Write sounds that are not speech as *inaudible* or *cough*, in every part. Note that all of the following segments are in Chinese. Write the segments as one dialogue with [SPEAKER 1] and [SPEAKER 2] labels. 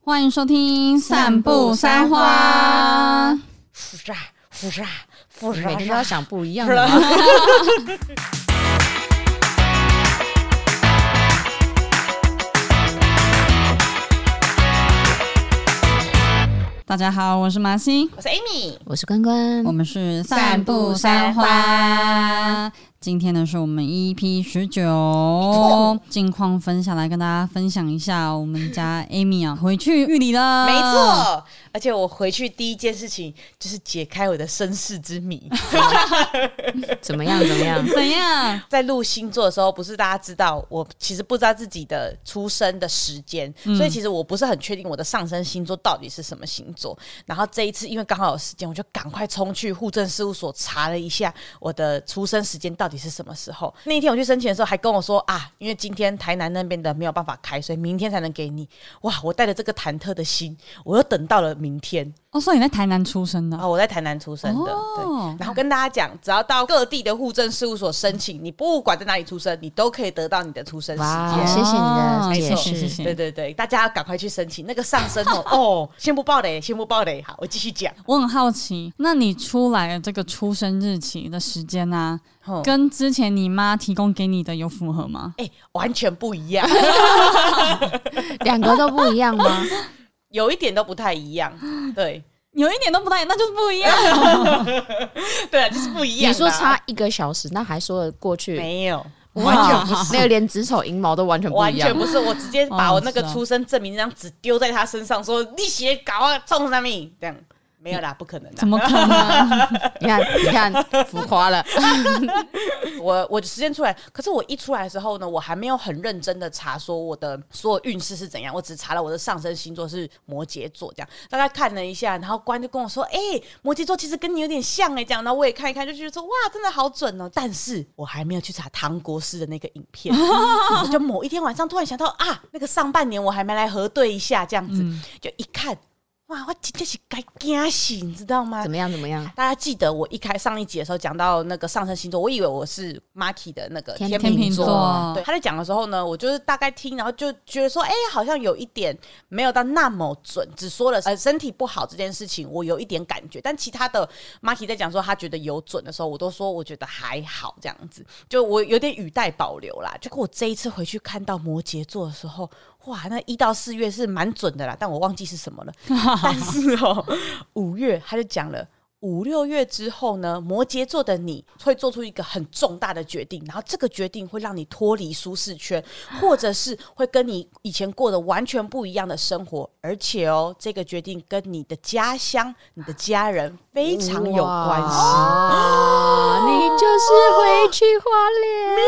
[SPEAKER 1] 欢迎收听《散步三花》
[SPEAKER 2] 复杂复杂复
[SPEAKER 3] 每
[SPEAKER 2] 杂
[SPEAKER 3] 天
[SPEAKER 2] 是
[SPEAKER 3] 都要
[SPEAKER 2] 吧？
[SPEAKER 3] 想不一样
[SPEAKER 2] 是
[SPEAKER 3] 的
[SPEAKER 2] 吧
[SPEAKER 3] 吗？
[SPEAKER 1] 大家好，我是马欣，
[SPEAKER 2] 我是 Amy，
[SPEAKER 3] *laughs* 我是关关
[SPEAKER 1] 我，
[SPEAKER 3] *laughs*
[SPEAKER 1] 们是《
[SPEAKER 2] 散步三花》。
[SPEAKER 1] 今天呢，是我们 EP 十九
[SPEAKER 2] 错，
[SPEAKER 1] 近况分享来跟大家分享一下，我们家 Amy 啊回去玉里了，
[SPEAKER 2] 没，错。而且我回去第一件事情就是解开我的身世之谜。
[SPEAKER 3] 怎么样？怎么 *laughs* 样？
[SPEAKER 1] 怎样？
[SPEAKER 2] 在录星座的时候，不是大家知道，我其实不知道自己的出生的时间，所以其实我不是很确定我的上升星座到底是什么星座。然后这一次因为刚好有时间，我就赶快冲去户政事务所查了一下我的出生时间到底是什么时候。那一天我去申请的时候，还跟我说啊，因为今天台南那边的没有办法开，所以明天才能给你。哇，我带着这个忐忑的心，我又等到了明天。
[SPEAKER 1] 哦，所以你在台南出生的
[SPEAKER 2] 啊，我在台南出生的，
[SPEAKER 1] 哦
[SPEAKER 2] 对。然后跟大家讲，只要到各地的户政事务所申请，你不管在哪里出生，你都可以得到你的出生时
[SPEAKER 3] 哇，
[SPEAKER 2] 间。
[SPEAKER 3] 谢谢你的
[SPEAKER 2] 没
[SPEAKER 3] 解
[SPEAKER 2] 错
[SPEAKER 1] 谢
[SPEAKER 3] 释。
[SPEAKER 1] 谢
[SPEAKER 2] 对对对，大家要赶快去申请那个上
[SPEAKER 3] *laughs*
[SPEAKER 2] 升哦。哦，先不爆雷，先不爆雷。好，我继续讲。
[SPEAKER 1] 我很好奇，那你出来的这个出生日期的时间呢、
[SPEAKER 2] 哦
[SPEAKER 1] 啊，跟之前你妈提供给你的有符合吗？
[SPEAKER 2] 哎、完全不一样，
[SPEAKER 3] 两个都不一样吗？
[SPEAKER 2] 有一点都不太一样。对 *laughs*
[SPEAKER 1] 有一点都不太，那就是不一样。
[SPEAKER 2] 对啊，就是不一样
[SPEAKER 3] 你
[SPEAKER 2] 啊。
[SPEAKER 3] 说差一个小时，那还说得过去？
[SPEAKER 2] 没有？
[SPEAKER 3] 哇
[SPEAKER 2] 完全不是。
[SPEAKER 3] 那个连子丑寅卯都完全不
[SPEAKER 2] 完
[SPEAKER 3] 一
[SPEAKER 2] 全
[SPEAKER 3] 样。
[SPEAKER 2] 不是，我直接把
[SPEAKER 1] 哦
[SPEAKER 2] 我那个
[SPEAKER 1] 是啊
[SPEAKER 2] 出生证明那张纸丢在他身上，说你写搞啊，冲什么？这样没有啦，不可能的
[SPEAKER 1] 怎。么可能？
[SPEAKER 3] 你看，你看，浮夸 *laughs* 了。
[SPEAKER 2] 我 *laughs* 我时间出来，可是我一出来的时候呢，我还没有很认真的查说我的所有运势是怎样，我只查了我的上升星座是摩羯座这样，大概看了一下，然后关就跟我说，哎、摩羯座其实跟你有点像哎、这样，然后我也看一看，就觉得说哇，真的好准哦、但是我还没有去查唐国师的那个影片，我就某一天晚上突然想到啊，那个上半年我还没来核对一下这样子，
[SPEAKER 3] 嗯
[SPEAKER 2] 就一看，哇，我真的是该惊死，你知道吗
[SPEAKER 3] 怎？么样？怎么样？
[SPEAKER 2] 大家记得我一开上一集的时候讲到那个上升星座，我以为我是 Marky 的那个
[SPEAKER 3] 天
[SPEAKER 2] 天
[SPEAKER 1] 天秤
[SPEAKER 2] 秤
[SPEAKER 1] 座
[SPEAKER 2] 座。对，他在讲的时候呢，我就是大概听，然后就觉得说，哎、好像有一点没有到那么准，只说了呃身体不好这件事情，我有一点感觉，但其他的 Marky 在讲说他觉得有准的时候，我都说我觉得还好这样子，就我有点语带保留啦。结果我这一次回去看到摩羯座的时候，哇，那一到四月是蛮准的啦，但我忘记是什么了。但是哦，五月他就讲了。五六月之后呢，摩羯座的你会做出一个很重大的决定，然后这个决定会让你脱离舒适圈，或者是会跟你以前过的完全不一样的生活，而且哦，这个决定跟你的家乡、你的家人非常有关系。
[SPEAKER 3] 哇你就是回去花莲。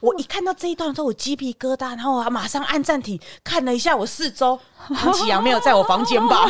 [SPEAKER 2] 我一看到这一段的时候，我鸡皮疙瘩，然后我马上按暂停，看了一下我
[SPEAKER 3] *laughs*
[SPEAKER 2] 四周，唐启阳没有在我房间吧？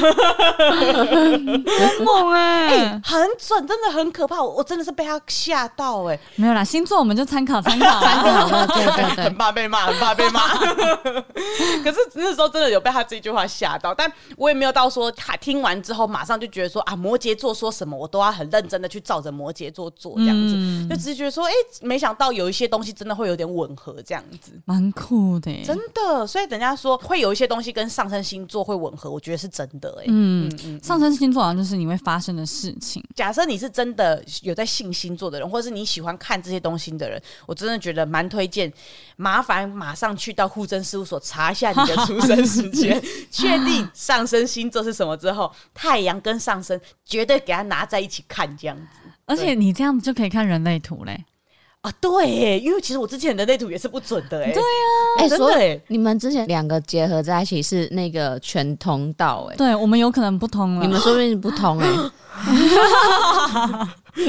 [SPEAKER 1] 很猛哎、
[SPEAKER 2] 很准，真的很可怕，我我真的是被他吓到哎、
[SPEAKER 1] 没有啦，星座我们就参考参考啦。
[SPEAKER 3] 对对对
[SPEAKER 2] 很怕被骂，很怕被骂。 *laughs* 可是那时候真的有被他这句话吓到，但我也没有到说他听完之后马上就觉得说啊，摩羯座说什么我都要很认真的去照着摩羯座做这样子，
[SPEAKER 3] 嗯
[SPEAKER 2] 就只是觉得说，哎、没想到有一些东西真的会有点吻合这样子。
[SPEAKER 1] 蛮酷的、欸，
[SPEAKER 2] 真的，所以人家说会有一些东西跟上升星座会吻合，我觉得是真的、欸。
[SPEAKER 1] 嗯，上升星座好像就是你会发生的事情，
[SPEAKER 2] 假设你是真的有在信星座的人，或者是你喜欢看这些东西的人，我真的觉得蛮推荐。麻烦马上去到户政事务所查一下你的出生时 *laughs* 间，确定上升星座是什么之后，太阳跟上升绝对给它拿在一起看，这样子。
[SPEAKER 1] 而且你这样就可以看人类图嘞。
[SPEAKER 2] 啊，对耶，因为其实我之前的那图也是不准的，哎，对啊，
[SPEAKER 3] 哎，
[SPEAKER 2] 真
[SPEAKER 3] 所
[SPEAKER 2] 的
[SPEAKER 3] 以
[SPEAKER 2] 哎，
[SPEAKER 3] 你们之前两个结合在一起是那个全通道，哎，
[SPEAKER 1] 对我们有可能不同
[SPEAKER 3] 你
[SPEAKER 1] 了。
[SPEAKER 3] 们说不定不通哎。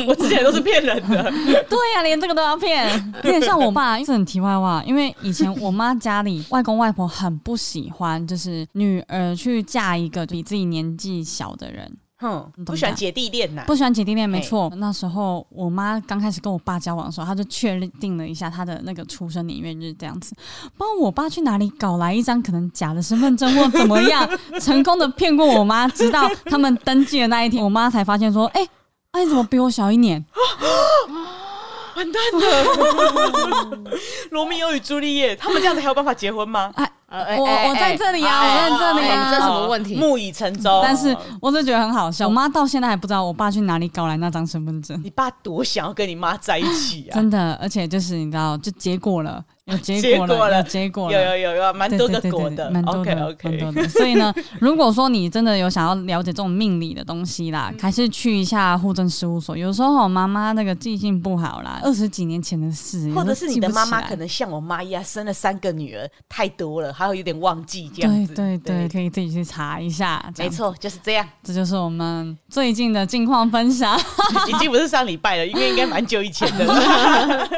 [SPEAKER 2] 我之前都是骗人的，
[SPEAKER 1] 对呀、连这个都要骗，有点像我爸，一直很题外话。因为以前我妈家里外公外婆很不喜欢，就是女儿去嫁一个比自己年纪小的人，
[SPEAKER 2] *laughs* 哼，
[SPEAKER 1] 你懂
[SPEAKER 2] 不喜欢
[SPEAKER 1] 的
[SPEAKER 2] 姐弟恋呐、
[SPEAKER 1] 不喜欢姐弟恋，没
[SPEAKER 3] 哎
[SPEAKER 1] 错。那时候我妈刚开始跟我爸交往的时候，她就确定了一下她的那个出生年月日这样子。不知道我爸去哪里搞来一张可能假的身份证或怎么样， *laughs* 成功的骗过我妈。直到他们登记的那一天，我妈才发现说：“哎、哎、你怎么比我小一年？ *laughs*
[SPEAKER 2] 完蛋了！罗密欧与朱丽叶，他们这样子还有办法结婚吗？
[SPEAKER 1] 哎、
[SPEAKER 3] 哎
[SPEAKER 1] 我
[SPEAKER 3] 哎
[SPEAKER 1] 我在这里啊
[SPEAKER 3] 哎
[SPEAKER 2] 我在这里啊
[SPEAKER 3] 哎你这什哦么问题？
[SPEAKER 2] 木已成舟。
[SPEAKER 1] 但是我真的觉得很好笑，我妈到现在还不知道我爸去哪里搞来那张身份证，
[SPEAKER 2] 你爸多想要跟你妈在一起啊！
[SPEAKER 1] 真的，而且就是你知道，就结果了，有结
[SPEAKER 2] 结
[SPEAKER 1] 果
[SPEAKER 2] 果
[SPEAKER 1] 了，
[SPEAKER 2] 了
[SPEAKER 1] 有结果
[SPEAKER 2] 有
[SPEAKER 1] 了。
[SPEAKER 2] 有有有，蛮
[SPEAKER 1] 对
[SPEAKER 2] 多
[SPEAKER 1] 对
[SPEAKER 2] 个
[SPEAKER 1] 对对
[SPEAKER 2] 果
[SPEAKER 1] 对
[SPEAKER 2] 的
[SPEAKER 1] 蛮多
[SPEAKER 2] OK
[SPEAKER 1] 的，蛮
[SPEAKER 2] OK
[SPEAKER 1] 多。的。 *laughs* 所以呢，如果说你真的有想要了解这种命理的东西啦，还是去一下户政事务所。有时候我妈妈那个记性不好啦，二十几年前的事，
[SPEAKER 2] 或者是你的妈妈可
[SPEAKER 1] 能
[SPEAKER 2] 能像我妈一样，生了三个女儿，太多了，还有有点忘记这样
[SPEAKER 1] 对
[SPEAKER 2] 子。
[SPEAKER 1] 对对，，可以自己去查一下。这
[SPEAKER 2] 没
[SPEAKER 1] 样，
[SPEAKER 2] 错，就是这样。 *laughs*
[SPEAKER 1] 这就是我们最近的近况分享。
[SPEAKER 2] 已经不是上礼拜了，因为应该蛮久以前的
[SPEAKER 1] *laughs*
[SPEAKER 2] 了。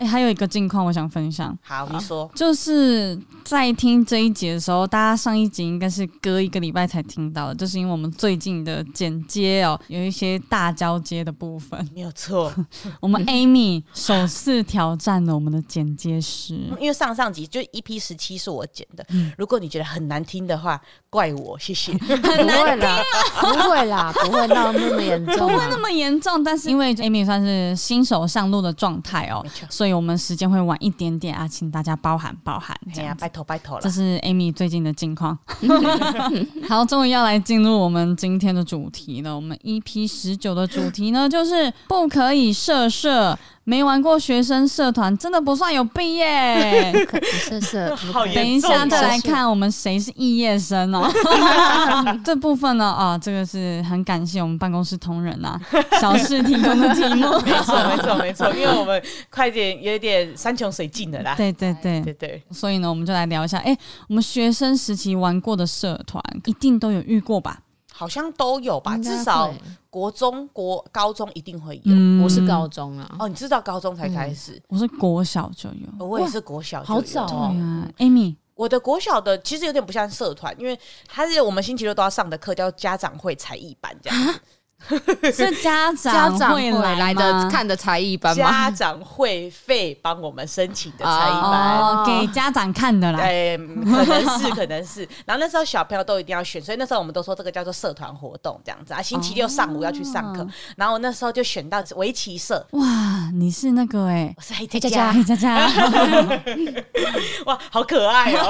[SPEAKER 1] 哎，还有一个近况我想分享。
[SPEAKER 2] 好，你说
[SPEAKER 1] 就是在听这一集的时候，大家上一集应该是隔一个礼拜才听到的，就是因为我们最近的剪接哦，有一些大交接的部分。
[SPEAKER 2] 没有错，
[SPEAKER 1] 我们 Amy 首次挑战了我们的剪接师，
[SPEAKER 2] 因为上上集就 EP 十七是我剪的，如果你觉得很难听的话，怪我，谢谢。
[SPEAKER 1] 很
[SPEAKER 3] 不会
[SPEAKER 1] 难
[SPEAKER 3] 啦，不会啦，不会闹那么严
[SPEAKER 1] *laughs*
[SPEAKER 3] 重
[SPEAKER 1] 那
[SPEAKER 3] 啊。
[SPEAKER 1] 么严重，但是因为 Amy 算是新手上路的状态哦
[SPEAKER 2] 没错，
[SPEAKER 1] 所以我们时间会晚一点点啊，请大家包涵包涵这
[SPEAKER 2] 哎呀
[SPEAKER 1] 样，子。
[SPEAKER 2] 拜托拜托
[SPEAKER 1] 这
[SPEAKER 2] 了。
[SPEAKER 1] 是 Amy 最近的近况。 *laughs* 好，终于要来进入我们今天的主题了。我们 EP 十九的主题 *laughs* 呢，就是不可以涉社，没玩过学生社团真的不算有毕业。
[SPEAKER 3] 可是是，
[SPEAKER 2] 好严
[SPEAKER 1] 等一下再来
[SPEAKER 3] 严重
[SPEAKER 1] 看我们谁是肄业生
[SPEAKER 3] *laughs*
[SPEAKER 1] 哦。这部分呢，啊，这个是很感谢我们办公室同仁
[SPEAKER 3] *laughs*
[SPEAKER 1] 啊，小事提供的题目。
[SPEAKER 2] *laughs* 没错没错没错，因为我们快点有点山穷水尽的啦。
[SPEAKER 1] 对对对，
[SPEAKER 2] 对对，
[SPEAKER 1] 所以呢，我们就来聊一下，哎、我们学生时期玩过的社团，一定都有遇过吧？
[SPEAKER 2] 好像都有吧，
[SPEAKER 3] 应该
[SPEAKER 2] 至少
[SPEAKER 3] 会
[SPEAKER 2] 国中国高中一定会有。
[SPEAKER 1] 嗯
[SPEAKER 3] 我是高中啊，
[SPEAKER 2] 哦，你知道高中才开始，哦
[SPEAKER 1] 我是国小就有。
[SPEAKER 2] 我也是国小就有
[SPEAKER 3] 好早
[SPEAKER 1] 对
[SPEAKER 3] 哦
[SPEAKER 1] 啊，Amy，
[SPEAKER 2] 我的国小的其实有点不像社团，因为它是我们星期六都要上的课，叫家长会才艺班这样。
[SPEAKER 1] 是家
[SPEAKER 3] 家长
[SPEAKER 1] 会
[SPEAKER 3] 会
[SPEAKER 1] 来
[SPEAKER 3] 来
[SPEAKER 1] 吗
[SPEAKER 3] 的看的才艺班吗？
[SPEAKER 2] 家长会费帮我们申请的才艺班。
[SPEAKER 1] 哦
[SPEAKER 3] 哦，
[SPEAKER 1] 给家长看的啦。
[SPEAKER 2] 哎、可
[SPEAKER 1] *laughs*
[SPEAKER 2] 能是，可能是。然后那时候小朋友都一定要选，所以那时候我们都说这个叫做社团活动这样子啊。星期六上午要去上课，
[SPEAKER 1] 哦
[SPEAKER 2] 然后我那时候就选到围棋社，
[SPEAKER 1] 哇，你是那个哎、
[SPEAKER 2] 我是黑佳
[SPEAKER 3] 黑佳
[SPEAKER 2] 佳
[SPEAKER 3] 佳，
[SPEAKER 1] 哎，佳
[SPEAKER 3] *laughs*
[SPEAKER 1] 佳，
[SPEAKER 2] 哇，好可爱哦、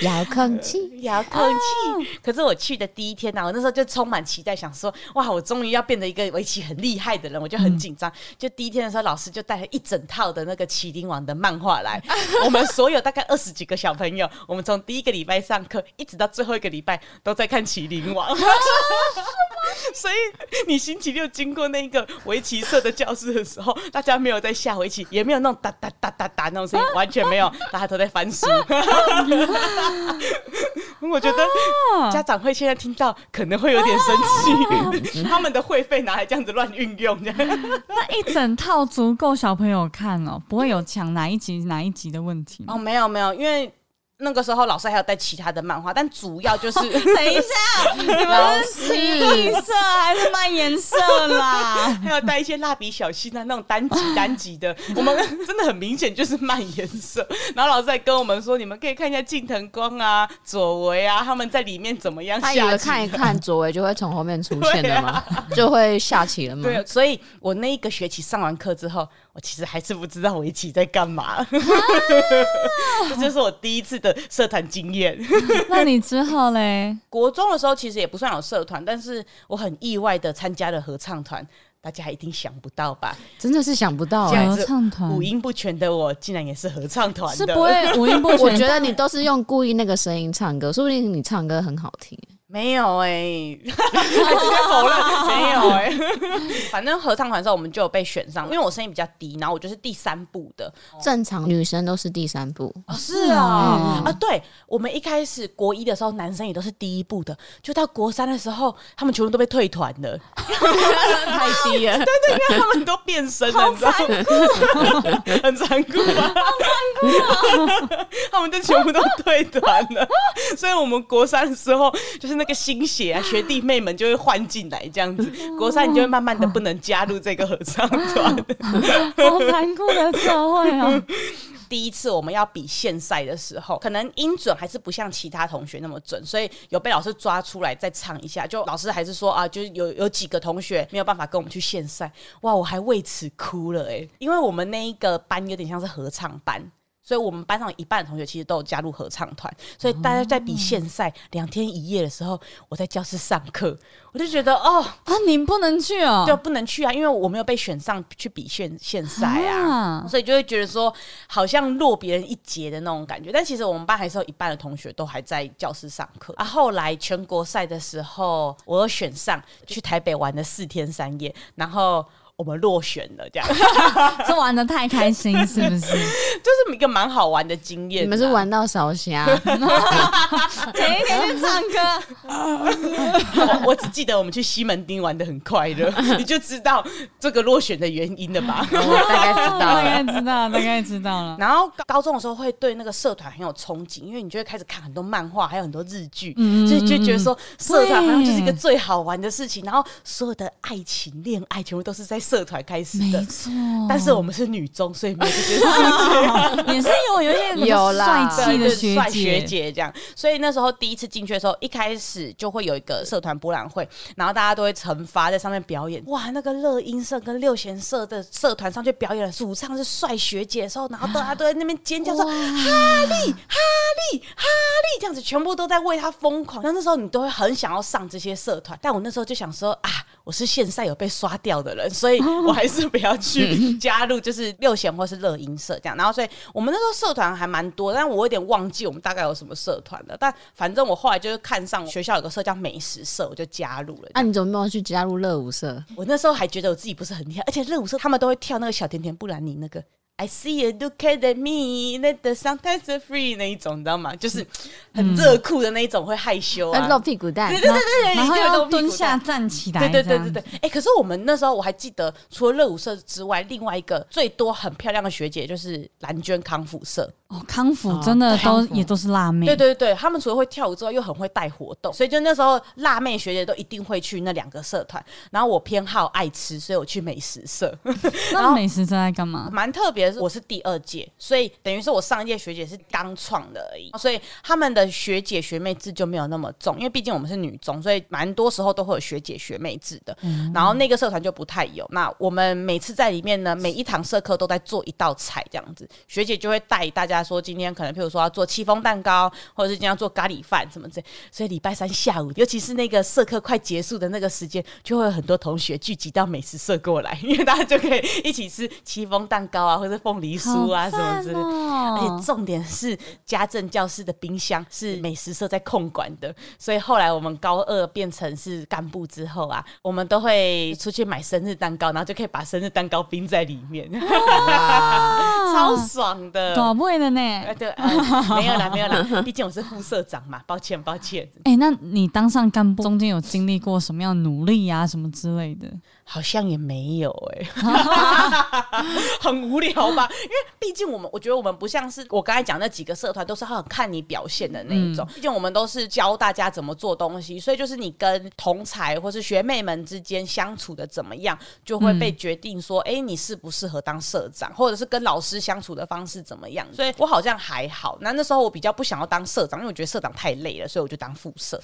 [SPEAKER 3] 遥控器，
[SPEAKER 2] 遥控器。可是我去的第一天呢、我那时候就充满期待，想说哇，我终于要变得一个围棋很厉害的人，我就很紧张。就第一天的时候，老师就带了一整套的那个《麒麟王》的漫画来，我们所有大概二十几个小朋友，我们从第一个礼拜上课一直到最后一个礼拜都在看《麒麟王》。所以你星期六经过那个围棋社的教室的时候，大家没有在下围棋，也没有那种哒哒哒哒哒那种声音，完全没有，大家都在翻书。我觉得家长会现在听到可能会有点生气， *laughs* 他们的会费拿来这样子乱运用，这样
[SPEAKER 1] 那一整套足够小朋友看哦，不会有抢哪一集哪一集的问题吗
[SPEAKER 2] 哦，。没有没有，因为。那个时候老师还有带其他的漫画，但主要就是
[SPEAKER 1] 等一下，你们是异色还是卖颜色啦？
[SPEAKER 2] *laughs* 还有带一些蜡笔小新啊那种单集单集 *laughs* 的，我们真的很明显就是慢颜色。然后老师还跟我们说，你们可以看一下近藤光啊、佐为啊，他们在里面怎么样
[SPEAKER 3] 他以为
[SPEAKER 2] 下棋啊
[SPEAKER 3] 看一看左维就会从后面出现了吗？就会下棋了吗？
[SPEAKER 2] 对，啊所以我那一个学期上完课之后，我其实还是不知道围棋在干嘛。 *laughs* 这就是我第一次的社团经验。
[SPEAKER 1] *laughs* 那你之后嘞？
[SPEAKER 2] *laughs* 国中的时候其实也不算有社团，但是我很意外的参加了合唱团。大家一定想不到吧？
[SPEAKER 3] 真的是想不到
[SPEAKER 2] 这
[SPEAKER 3] 哎、
[SPEAKER 2] 样
[SPEAKER 1] 合
[SPEAKER 2] 子
[SPEAKER 1] 唱团
[SPEAKER 2] 五音不全的我，竟然也嗯是合唱团
[SPEAKER 1] 是
[SPEAKER 2] 的。
[SPEAKER 1] 不会五音不全，
[SPEAKER 3] 我觉得你都是用故意那个声音唱歌，说不定你唱歌很好听。
[SPEAKER 2] 没有哎、 *laughs* 还直接否认没有哎、 *laughs* 反正合唱团的时候我们就有被选上，因为我声音比较低，然后我就是第三部的。
[SPEAKER 3] 正常女生都是第三步，
[SPEAKER 2] 哦，
[SPEAKER 1] 是
[SPEAKER 2] 是
[SPEAKER 1] 哦
[SPEAKER 2] 啊，啊，对，我们一开始国一的时候，男生也都是第一部的，就到国三的时候，他们全部都被退团了，
[SPEAKER 3] 太低了。
[SPEAKER 2] 因为他们都变身了，你知道吗？ *laughs* 很残酷啊吧？ *laughs* 他们就全部都退团了，所以我们国三的时候，就是那个新血啊，学弟妹们就会换进来这样子，国三你就会慢慢的不能加入这个合唱 *laughs* 团。
[SPEAKER 1] 好残酷的社会哦。
[SPEAKER 2] 第一次我们要比现赛的时候，可能音准还是不像其他同学那么准，所以有被老师抓出来再唱一下。就老师还是说啊，就是有有几个同学没有办法跟我们去现欸赛，哇，我还为此哭了哎、因为我们那一个班有点像是合唱班。所以我们班上一半的同学其实都有加入合唱团，所以大家在比现赛两天一夜的时候，我在教室上课，我就觉得哦，
[SPEAKER 1] 啊，你不能去哦，
[SPEAKER 2] 就不能去啊，因为我没有被选上去比现现赛啊，
[SPEAKER 3] 嗯
[SPEAKER 1] 啊
[SPEAKER 2] 所以就会觉得说好像落别人一截的那种感觉。但其实我们班还是有一半的同学都还在教室上课啊。后来全国赛的时候，我有选上去台北玩了四天三夜，然后。我们落选了，这样 *laughs* 就
[SPEAKER 1] 这玩的太开心是不是？
[SPEAKER 2] 是一个蛮好玩的经验啊。
[SPEAKER 3] 你们是玩到烧瞎，
[SPEAKER 1] *laughs* 前一天去唱歌，
[SPEAKER 2] *laughs* 我我只记得我们去西门町玩的很快
[SPEAKER 3] *laughs*
[SPEAKER 2] 乐，你就知道这个落选的原因了吧？
[SPEAKER 3] 我大概知道
[SPEAKER 1] 哦大
[SPEAKER 3] 了。 *laughs*
[SPEAKER 1] 概知道，大概知道了。
[SPEAKER 2] 然后高高中的时候会对那个社团很有憧憬，因为你就会开始看很多漫画，还有很多日剧，
[SPEAKER 1] 嗯
[SPEAKER 2] 所以就觉得说社团好像就是一个最好玩的事情。然后所有的爱情、恋爱，全部都是在社团开始的
[SPEAKER 1] 没。错，
[SPEAKER 2] 但是我们是女中，所以没有这件事。
[SPEAKER 1] 也是有有一些
[SPEAKER 3] 有啦
[SPEAKER 1] 帅气的
[SPEAKER 2] 对
[SPEAKER 1] 学
[SPEAKER 2] 帅
[SPEAKER 1] 姐，
[SPEAKER 2] 学姐这样。所以那时候第一次进去的时候，一开始就会有一个社团博览会，然后大家都会惩罚在上面表演。哇，那个乐音社跟六弦社的社团上去表演了，主唱是帅学姐的时候，然后大家都在那边尖叫说：“哈利，哈利，哈利！”这样子，全部都在为他疯狂。那那时候你都会很想要上这些社团，但我那时候就想说啊。我是现赛有被刷掉的人，所以我还是不要去加入，就是六弦或是乐音社这样。然后，所以我们那时候社团还蛮多，但我有点忘记我们大概有什么社团了。但反正我后来就是看上学校有个社叫美食社，我就加入了。
[SPEAKER 3] 那、啊你怎么没有去加入热舞社？
[SPEAKER 2] 我那时候还觉得我自己不是很厉害，而且热舞社他们都会跳那个小甜甜布兰妮那个。I see you look at me, let the sometimes free 那一种，你知道吗？就是很热酷的那一种，会害羞啊
[SPEAKER 3] 那。哎露屁股蛋，
[SPEAKER 2] *laughs* 对对对对，
[SPEAKER 1] 然后
[SPEAKER 2] 一定会露
[SPEAKER 1] 要
[SPEAKER 2] 屁股
[SPEAKER 1] 蹲
[SPEAKER 2] 蛋
[SPEAKER 1] 下站起来，
[SPEAKER 2] 对对对对对，，哎、可是我们那时候我还记得，除了热舞社之外，另外一个最多很漂亮的学姐就是蓝娟康复社。
[SPEAKER 1] 哦，康复真的都
[SPEAKER 3] 康复
[SPEAKER 1] 也都是辣妹，
[SPEAKER 2] 对对对，他们除了会跳舞之外，又很会带活动，所以就那时候辣妹学姐都一定会去那两个社团。然后我偏好爱吃，所以我去美食社，然
[SPEAKER 1] 那
[SPEAKER 2] 后
[SPEAKER 1] 美食正在干
[SPEAKER 2] *laughs*
[SPEAKER 1] 嘛？
[SPEAKER 2] 蛮特别的是，我是第二届，所以等于是我上一届学姐是刚创的而已，所以他们的学姐学妹制就没有那么重，因为毕竟我们是女中，所以蛮多时候都会有学姐学妹制的。然后那个社团就不太有。那我们每次在里面呢，每一堂社课都在做一道菜这样子，学姐就会带大家说，今天可能譬如说要做戚风蛋糕，或者是今天要做咖喱饭什么之类。所以礼拜三下午，尤其是那个社课快结束的那个时间，就会有很多同学聚集到美食社过来， *laughs* 因为大家就可以一起吃戚风蛋糕啊，或者凤梨酥啊
[SPEAKER 1] 好
[SPEAKER 2] 什么之类
[SPEAKER 1] 赞。
[SPEAKER 2] 而且
[SPEAKER 1] 哦
[SPEAKER 2] 重点是家政教室的冰箱是美食社在控管的，所以后来我们高二变成是干部之后啊，我们都会出去买生日蛋糕，然后就可以把生日蛋糕冰在里面，
[SPEAKER 1] 啊
[SPEAKER 2] *laughs* 超爽的。
[SPEAKER 1] 短位啊的呢。
[SPEAKER 2] 呃，对，呃没有啦，没有啦，毕竟我是副社长嘛， *laughs* 抱歉，抱歉。
[SPEAKER 1] 哎、那你当上干部中间有经历过什么样的努力呀、什么之类的？
[SPEAKER 2] 好像也没有哎、很无聊吧？因为毕竟我们，我觉得我们不像是我刚才讲那几个社团，都是很看你表现的那一种。毕竟我们都是教大家怎么做东西，所以就是你跟同才或是学妹们之间相处的怎么样，就会被决定说，哎、你适不适合当社长，或者是跟老师相处的方式怎么样。所以我好像还好。那那时候我比较不想要当社长，因为我觉得社长太累了，所以我就当副社。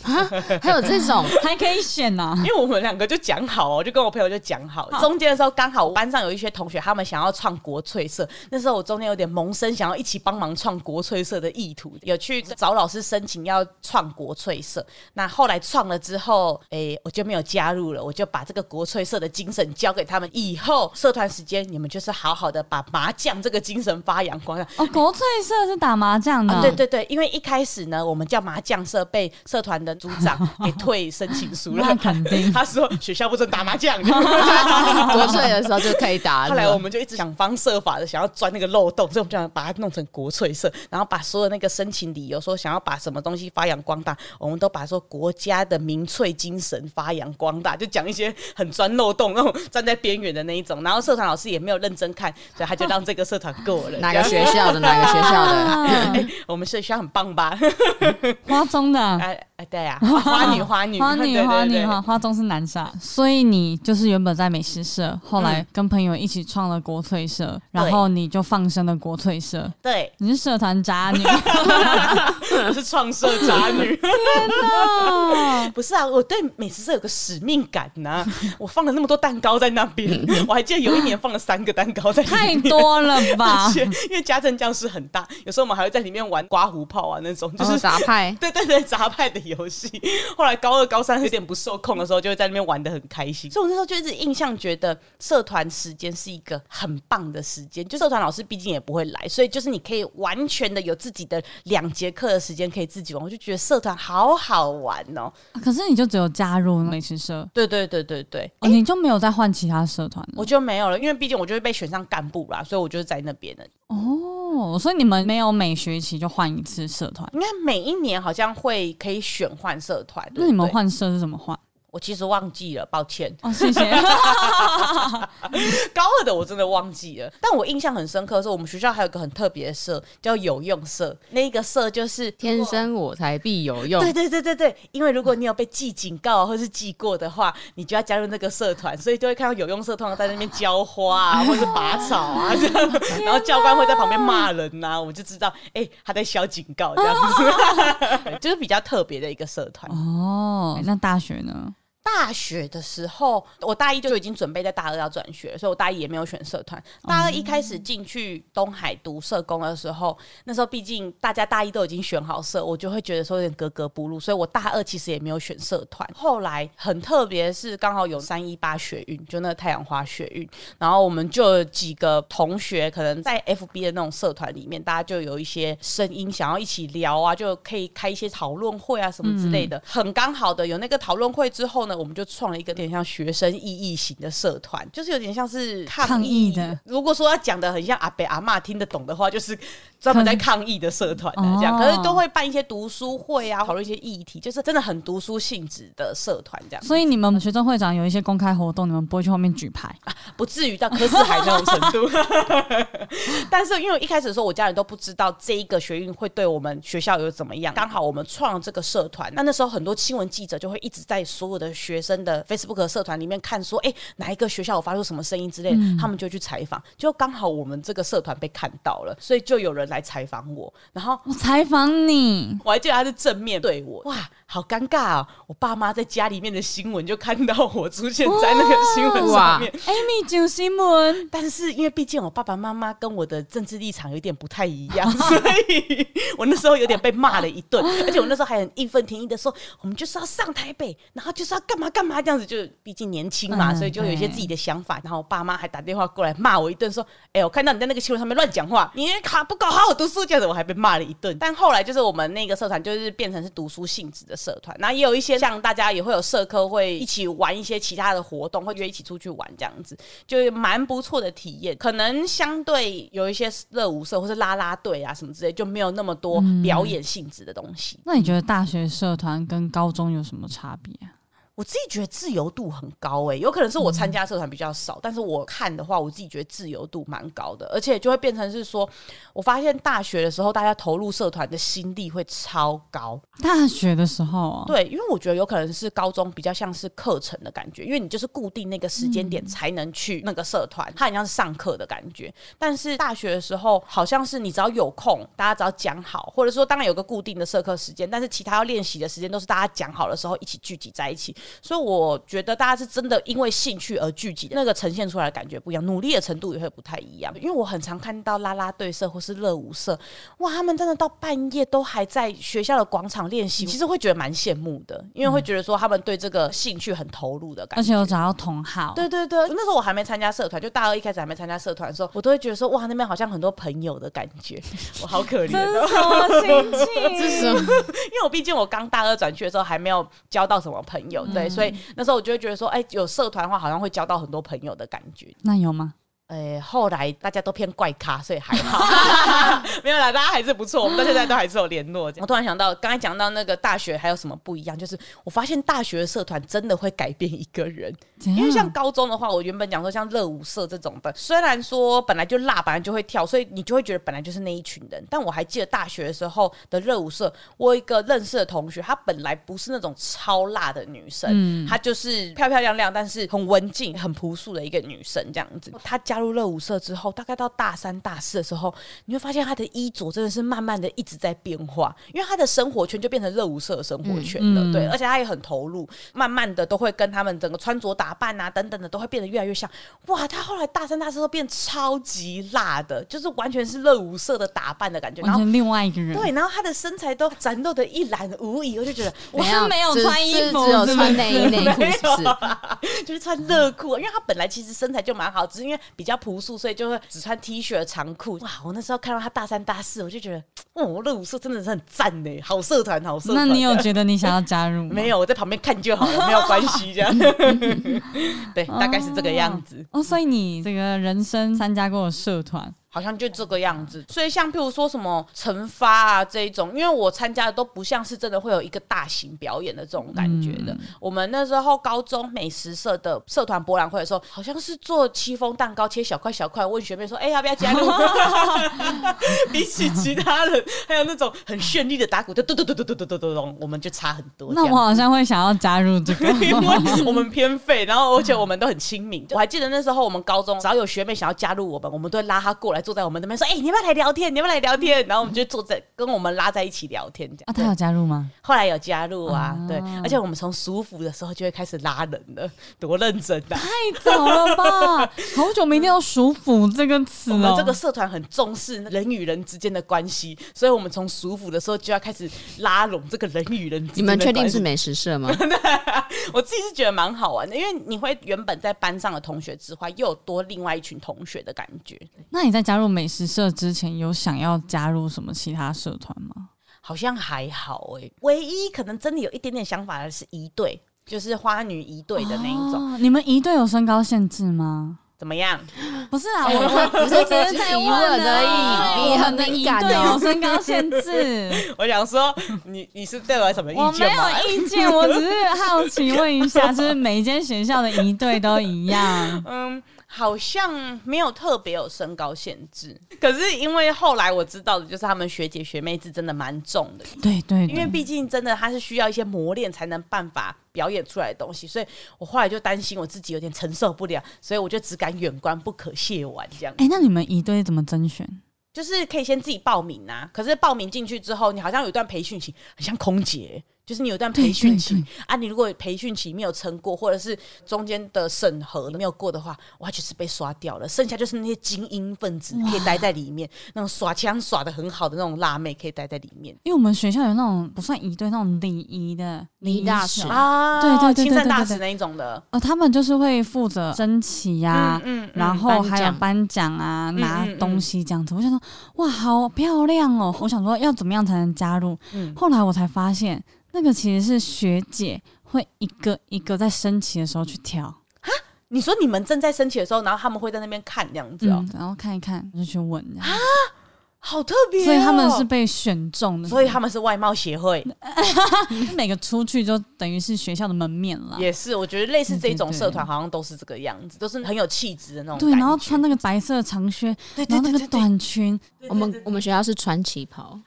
[SPEAKER 3] 还有这
[SPEAKER 2] *laughs*
[SPEAKER 3] 种，
[SPEAKER 1] 还可以选啊呐、
[SPEAKER 2] 因为我们两个就讲好哦，就跟我朋友就讲好。中间的时候刚好班上有一些同学他们想要创国粹社，那时候我中间有点萌生想要一起帮忙创国粹社的意图，有去找老师申请要创国粹社。那后来创了之后，诶、我就没有加入了，我就把这个国粹社的精神交给他们。以后社团时间，你们就是好好的把麻将这个精神发扬光大。
[SPEAKER 1] 哦，国粹社是打麻将的、
[SPEAKER 2] 啊，对，对对，因为一开始呢，我们叫麻将社被社团的组长给退申请书了，
[SPEAKER 1] 那肯定
[SPEAKER 2] *laughs* 他说学校不准打麻将。 *laughs*
[SPEAKER 3] 国粹的时候就可以打了。
[SPEAKER 2] 后来我们就一直想方设法的想要钻那个漏洞，所以我们就想把它弄成国粹社，然后把所有那个申请理由说想要把什么东西发扬光大，我们都把说国家的民粹精神发扬光大，就讲一些很钻漏洞、那 *laughs* 种站在边缘的那一种。然后社团老师也没有认真看，所以他就让这个社团过了。
[SPEAKER 3] 哪个学
[SPEAKER 2] *laughs* 哎
[SPEAKER 3] 校的？哪个学校的？
[SPEAKER 1] 啊，
[SPEAKER 2] 我们学校很棒吧？
[SPEAKER 1] 花中的啊、
[SPEAKER 2] 哎哎、哎，
[SPEAKER 1] *laughs*
[SPEAKER 2] 对呀、啊， *laughs* 花女花女
[SPEAKER 1] 花
[SPEAKER 2] *laughs* 对
[SPEAKER 1] 女
[SPEAKER 2] 对
[SPEAKER 1] 花
[SPEAKER 2] 对
[SPEAKER 1] 女花花中是南沙，所以你就是原本在美食社，后来
[SPEAKER 2] 嗯
[SPEAKER 1] 跟朋友一起创了国粹社，然
[SPEAKER 2] 对
[SPEAKER 1] 后你就放生了国粹社，
[SPEAKER 2] 对， *laughs*
[SPEAKER 1] 你是社团渣 *laughs* 女。
[SPEAKER 2] 是创社渣女。 *laughs* 不是啊，我对美食社有个使命感呐、我放了那么多蛋糕在那边， *laughs* 我还记得有一年放了三个蛋糕在里面
[SPEAKER 1] 太。多了啊吧 *laughs*
[SPEAKER 2] 而？且 *laughs* 因为家政教室很大，有时候我们还会在里面玩刮胡泡啊那种， *laughs* 就
[SPEAKER 3] 就是
[SPEAKER 2] 是
[SPEAKER 3] 杂哦
[SPEAKER 2] *laughs*
[SPEAKER 3] 派，
[SPEAKER 2] 对对对，杂派的游 *laughs* 戏。后来高二、高三有点不受控的时候，就会在那边玩的很开心。所以我那时候就一直印象觉得社团时间是一个很棒的时间，就社团老师毕竟也不会来，所以就是你可以完全的有自己的两节课的时间可以自己玩，我就觉得社团好好玩哦。
[SPEAKER 1] 可是你就只有加入美食社，
[SPEAKER 2] 对对对对对。
[SPEAKER 1] 哦，
[SPEAKER 2] 哎
[SPEAKER 1] 你就没有再换其他社团了
[SPEAKER 2] 我就没有了，因为毕竟我就是被选上干部啦，所以我就是在那边的。
[SPEAKER 1] 哦。所以你们没有每学期就换一次社团。
[SPEAKER 2] 应该每一年好像会可以选换社团，对
[SPEAKER 1] 那你们
[SPEAKER 2] 不对？
[SPEAKER 1] 换社是怎么换？
[SPEAKER 2] 我其实忘记了，抱歉。
[SPEAKER 1] 哦，谢谢。
[SPEAKER 2] 高二的我真的忘记了，但我印象很深刻的是，我们学校还有一个很特别的社叫有用社，那一个社就是
[SPEAKER 3] 天。生我材必有用
[SPEAKER 2] 对。对对对对，因为如果你有被记警告或是记过的话，你就要加入那个社团，所以就会看到有用社通常在那边浇花啊，或是拔草啊这样，然后教官会在旁边骂人呐、我就知道，哎、他在消警告这样子， *laughs* 就是比较特别的一个社团。
[SPEAKER 1] *laughs* 哦， *laughs* 那大学呢？
[SPEAKER 2] 大学的时候，我大一就已经准备在大二要转学，所以我大一也没有选社团。大二一开始进去东海读社工的时候，那时候毕竟大家大一都已经选好社，我就会觉得说有点格格不入，所以我大二其实也没有选社团。后来很特别是刚好有三一八学运，就那个太阳花学运，然后我们就有几个同学可能在 FB 的那种社团里面，大家就有一些声音想要一起聊啊，就可以开一些讨论会啊什么之类的。很刚好的有那个讨论会之后呢，我们就创了一个有点像学生意义型的社团，就是有点像是抗
[SPEAKER 1] 抗
[SPEAKER 2] 议
[SPEAKER 1] 议的。
[SPEAKER 2] 如果说要讲的很像阿伯阿嬷听得懂的话，就是专门在抗议的社团啊，这样。
[SPEAKER 1] 哦
[SPEAKER 2] 可是都会办一些读书会啊，讨论一些议题，就是真的很读书性质的社团这样。
[SPEAKER 1] 所以你们学生会长有一些公开活动，你们不会去后面举牌？
[SPEAKER 2] 不至于到柯四海那种程度。 *laughs* 但是因为一开始的时候，我家人都不知道这一个学运会对我们学校有怎么样。刚好我们创了这个社团，那那时候很多新闻记者就会一直在所有的学生的 Facebook 社团里面看说，哎、哪一个学校有发出什么声音之类的，他们就去采访。就刚好我们这个社团被看到了，所以就有人来采访我，然后。
[SPEAKER 1] 我采访你，
[SPEAKER 2] 我还记得他是正面对我，哇，好尴尬哦！我爸妈在家里面的新闻就看到我出现在那个新闻上面，
[SPEAKER 1] Amy 九新
[SPEAKER 2] *laughs*
[SPEAKER 1] 闻，
[SPEAKER 2] 但是因为毕竟我爸爸妈妈跟我的政治立场有点不太一 *laughs* 样，所以我那时候有点被骂了一顿，而且我那时候还很义愤填膺的说，我们就是要上台北，然后就是要干嘛干嘛这样子，就毕竟年轻嘛，
[SPEAKER 1] 嗯
[SPEAKER 2] 所以就有一些自己的想法。然后我爸妈还打电话过来骂我一顿，说：“哎、我看到你在那个新闻上面乱讲话，你卡不搞好好读书这样子。”我还被骂了一顿。但后来就是我们那个社团就是变成是读书性质的社团，然后也有一些像大家也会有社科会一起玩一些其他的活动，会约一起出去玩这样子。就是蛮不错的体验。可能相对有一些热舞社或是啦啦队啊什么之类，就没有那么多表演性质的东西。
[SPEAKER 1] 那你觉得大学社团跟高中有什么差别啊？
[SPEAKER 2] 我自己觉得自由度很高欸诶、有可能是我参加社团比较少，但是我看的话，我自己觉得自由度蛮高的，而且就会变成是说，我发现大学的时候，大家投入社团的心力会超高。
[SPEAKER 1] 大学的时候哦，
[SPEAKER 2] 对，因为我觉得有可能是高中比较像是课程的感觉，因为你就是固定那个时间点才能去那个社团，它很像是上课的感觉。但是大学的时候，好像是你只要有空，大家只要讲好，或者说当然有个固定的社课时间，但是其他要练习的时间都是大家讲好的时候一起聚集在一起。所以我觉得大家是真的因为兴趣而聚集的，那个呈现出来的感觉不一样，努力的程度也会不太一样。因为我很常看到啦啦队社或是热舞社，哇，他们真的到半夜都还在学校的广场练习，其实会觉得蛮羡慕的，因为会觉得说他们对这个兴趣很投入的感
[SPEAKER 1] 而
[SPEAKER 2] 觉。
[SPEAKER 1] 且有找到同好，
[SPEAKER 2] 对对对，那时候我还没参加社团，就大二一开始还没参加社团的时候，我都会觉得说，哇，那边好像很多朋友的感觉，我好可怜
[SPEAKER 1] 这
[SPEAKER 2] 哦。
[SPEAKER 1] 是什么心情？
[SPEAKER 3] 这是什么？
[SPEAKER 2] 因为我毕竟我刚大二转去的时候还没有交到什么朋友，对，所以那时候我就会觉得说，哎、有社团的话好像会交到很多朋友的感觉。
[SPEAKER 1] 那有吗？
[SPEAKER 2] 哎，后来大家都偏怪咖，所以还好， *laughs* 没有啦，大家还是不错，我们到现在都还是有联络这样。我突然想到，刚才讲到那个大学还有什么不一样，就是我发现大学的社团真的会改变一个人，
[SPEAKER 1] 因
[SPEAKER 2] 因为像高中的话，我原本讲说像热舞社这种的，虽然说本来就辣，本来就会跳，所以你就会觉得本来就是那一群人。但我还记得大学的时候的热舞社，我有一个认识的同学，她本来不是那种超辣的女生，
[SPEAKER 1] 嗯
[SPEAKER 2] 她就是漂漂亮亮，但是很文静、很朴素的一个女生这样子。她加入热舞社之后，大概到大三、大四的时候，你会发现她的衣着真的是慢慢的一直在变化，因为她的生活圈就变成热舞社的生活圈了，
[SPEAKER 1] 嗯嗯
[SPEAKER 2] 对，而且她也很投入，慢慢的都会跟他们整个穿着打扮啊等等的都会变得越来越像。哇，她后来大三、大四都变超级辣的，就是完全是热舞社的打扮的感觉，然
[SPEAKER 1] 完
[SPEAKER 2] 后。
[SPEAKER 1] 全另外一个人，
[SPEAKER 2] 对，然后她的身材都展露的一览无遗，我就觉得
[SPEAKER 1] 我是没有
[SPEAKER 3] 只
[SPEAKER 1] 穿衣服
[SPEAKER 3] 只只有
[SPEAKER 1] 是不
[SPEAKER 3] 穿
[SPEAKER 1] 是
[SPEAKER 3] 内衣内裤，是不
[SPEAKER 2] *laughs* 没
[SPEAKER 3] 是
[SPEAKER 2] 有？啊就是穿热裤，因为她本来其实身材就蛮好，只是因为比较朴素，所以就会只穿 T 恤长裤。哇，我那时候看到她大三大四，我就觉得，哦，热舞社真的是很赞呢，好社团，好社
[SPEAKER 1] 那
[SPEAKER 2] 团。
[SPEAKER 1] 你有觉得你想要加入吗？
[SPEAKER 2] 没有？我在旁边看就好了，没有关系，这样。对，大概是这个样子。
[SPEAKER 1] 哦，所以你这个人生参加过的社团，
[SPEAKER 2] 好像就这个样子。所以像譬如说什么惩罚啊这一种，因为我参加的都不像是真的会有一个大型表演的这种感觉的。我们那时候高中美食社的社团博览会的时候，好像是做戚风蛋糕，切小块小块，问学妹说：“哎、要不要加入？”比起其他人，还有那种很绚丽的打鼓，就咚咚咚咚咚咚咚咚咚，我们就差很多这
[SPEAKER 1] 那
[SPEAKER 2] 样。
[SPEAKER 1] 我好像会想要加入这
[SPEAKER 3] *laughs*
[SPEAKER 1] 个。 *laughs*
[SPEAKER 2] 因
[SPEAKER 3] 啊
[SPEAKER 2] 为我们偏废，然后而且我们都很亲民。我还记得那时候我们高中，只要有学妹想要加入我们，我们都会拉她过来坐在我们那边说：“哎、你要不要来聊天？你要不要来聊天？”然后我们就坐在跟我们拉在一起聊天
[SPEAKER 1] 啊，
[SPEAKER 2] 这样。
[SPEAKER 1] 他
[SPEAKER 3] 哦
[SPEAKER 1] 有加入吗？
[SPEAKER 2] 后来有加入啊，
[SPEAKER 1] 啊
[SPEAKER 2] 对，而且我们从熟服的时候就会开始拉人了，多认真啊！
[SPEAKER 1] 太早了吧， *laughs* 好久没听到“熟府”这个词
[SPEAKER 2] *laughs* 我
[SPEAKER 1] 了
[SPEAKER 2] 们。这个社团很重视人与人之间的关系，所以我们从熟服的时候就要开始拉拢这个人与人之
[SPEAKER 3] 你
[SPEAKER 2] 间的
[SPEAKER 3] 们
[SPEAKER 2] 关系。
[SPEAKER 3] 确定是美食
[SPEAKER 2] *laughs*
[SPEAKER 3] 社吗？
[SPEAKER 2] 我自己是觉得蛮好玩的，因为你会原本在班上的同学之外，又有多另外一群同学的感觉。
[SPEAKER 1] 那你在加入美食社之前，有想要加入什么其他社团吗？
[SPEAKER 2] 好像还好哎、唯一可能真的有一点点想法的是一队，就是花女一队的那一种，
[SPEAKER 1] 哦你们一队有身高限制吗？
[SPEAKER 2] 怎么样？ *laughs*
[SPEAKER 1] 不是啊，我
[SPEAKER 3] 不是只是提问而已，你很
[SPEAKER 1] 啊的
[SPEAKER 3] 敏
[SPEAKER 1] 一
[SPEAKER 3] 感
[SPEAKER 1] 队有
[SPEAKER 3] 哦。
[SPEAKER 1] 身高限制，
[SPEAKER 2] 我想说，你你是对我有什么
[SPEAKER 1] 我
[SPEAKER 2] 意
[SPEAKER 1] 没
[SPEAKER 2] 见吗？？
[SPEAKER 1] 有意见，我只是好奇问一下，就是每一间学校的一队都一样
[SPEAKER 2] 嗯， *laughs* 好像没有特别有身高限制，可是因为后来我知道的就是他们学姐学妹制真的蛮重的，
[SPEAKER 1] 对对
[SPEAKER 2] 因为
[SPEAKER 1] 对，
[SPEAKER 2] 毕竟真的它是需要一些磨练才能办法表演出来的东西，所以我后来就担心我自己有点承受不了，所以我就只敢远观不可亵玩这样。
[SPEAKER 1] 哎，那你们一队怎么甄选？
[SPEAKER 2] 就是可以先自己报名啊，可是报名进去之后，你好像有一段培训期，很像空姐。就是你有一段培训期
[SPEAKER 1] 对
[SPEAKER 2] 啊，你如果培训期没有撑过，或者是中间的审核没有过的话，哇，就是被刷掉了。剩下就是那些精英分子可以待在里面，那种耍枪耍的很好的那种辣妹可以待在里面。
[SPEAKER 1] 因为我们学校有那种不算一队，那种礼仪的
[SPEAKER 3] 礼仪大使
[SPEAKER 1] 社
[SPEAKER 2] 啊，
[SPEAKER 1] 对对对对
[SPEAKER 2] 青山
[SPEAKER 1] 对
[SPEAKER 2] 大
[SPEAKER 1] 对
[SPEAKER 2] 使
[SPEAKER 1] 对
[SPEAKER 2] 那一种的，
[SPEAKER 1] 哦，他们就是会负责升旗呀、
[SPEAKER 2] 嗯
[SPEAKER 1] 啊然后还有
[SPEAKER 3] 颁奖
[SPEAKER 1] 颁奖啊，
[SPEAKER 2] 嗯
[SPEAKER 1] 拿东西这样子。我想说，哇，好漂亮哦！我想说，要怎么样才能加入？
[SPEAKER 2] 嗯
[SPEAKER 1] 后来我才发现，那个其实是学姐会一个一个在升旗的时候去挑，
[SPEAKER 2] 你说你们正在升旗的时候，然后他们会在那边看这样子哦，
[SPEAKER 1] 嗯，然后看一看就去问这样子，
[SPEAKER 2] 好特别哦、
[SPEAKER 1] 所以他们是嗯被选中的，
[SPEAKER 2] 所以他们是外貌协会，
[SPEAKER 1] 每个出去就等于是学校的门面了。
[SPEAKER 2] 也是我觉得类似这种
[SPEAKER 1] 对对对
[SPEAKER 2] 社团好像都是这个样子，都是很有气质的那种
[SPEAKER 1] 对，
[SPEAKER 2] 感
[SPEAKER 1] 然后
[SPEAKER 2] 觉
[SPEAKER 1] 穿那个白色的长靴，
[SPEAKER 2] 对
[SPEAKER 1] 然
[SPEAKER 2] 对
[SPEAKER 1] 后那
[SPEAKER 2] 对对
[SPEAKER 1] 个
[SPEAKER 2] 对
[SPEAKER 1] 短裙，
[SPEAKER 3] 我们我们学校是穿旗袍，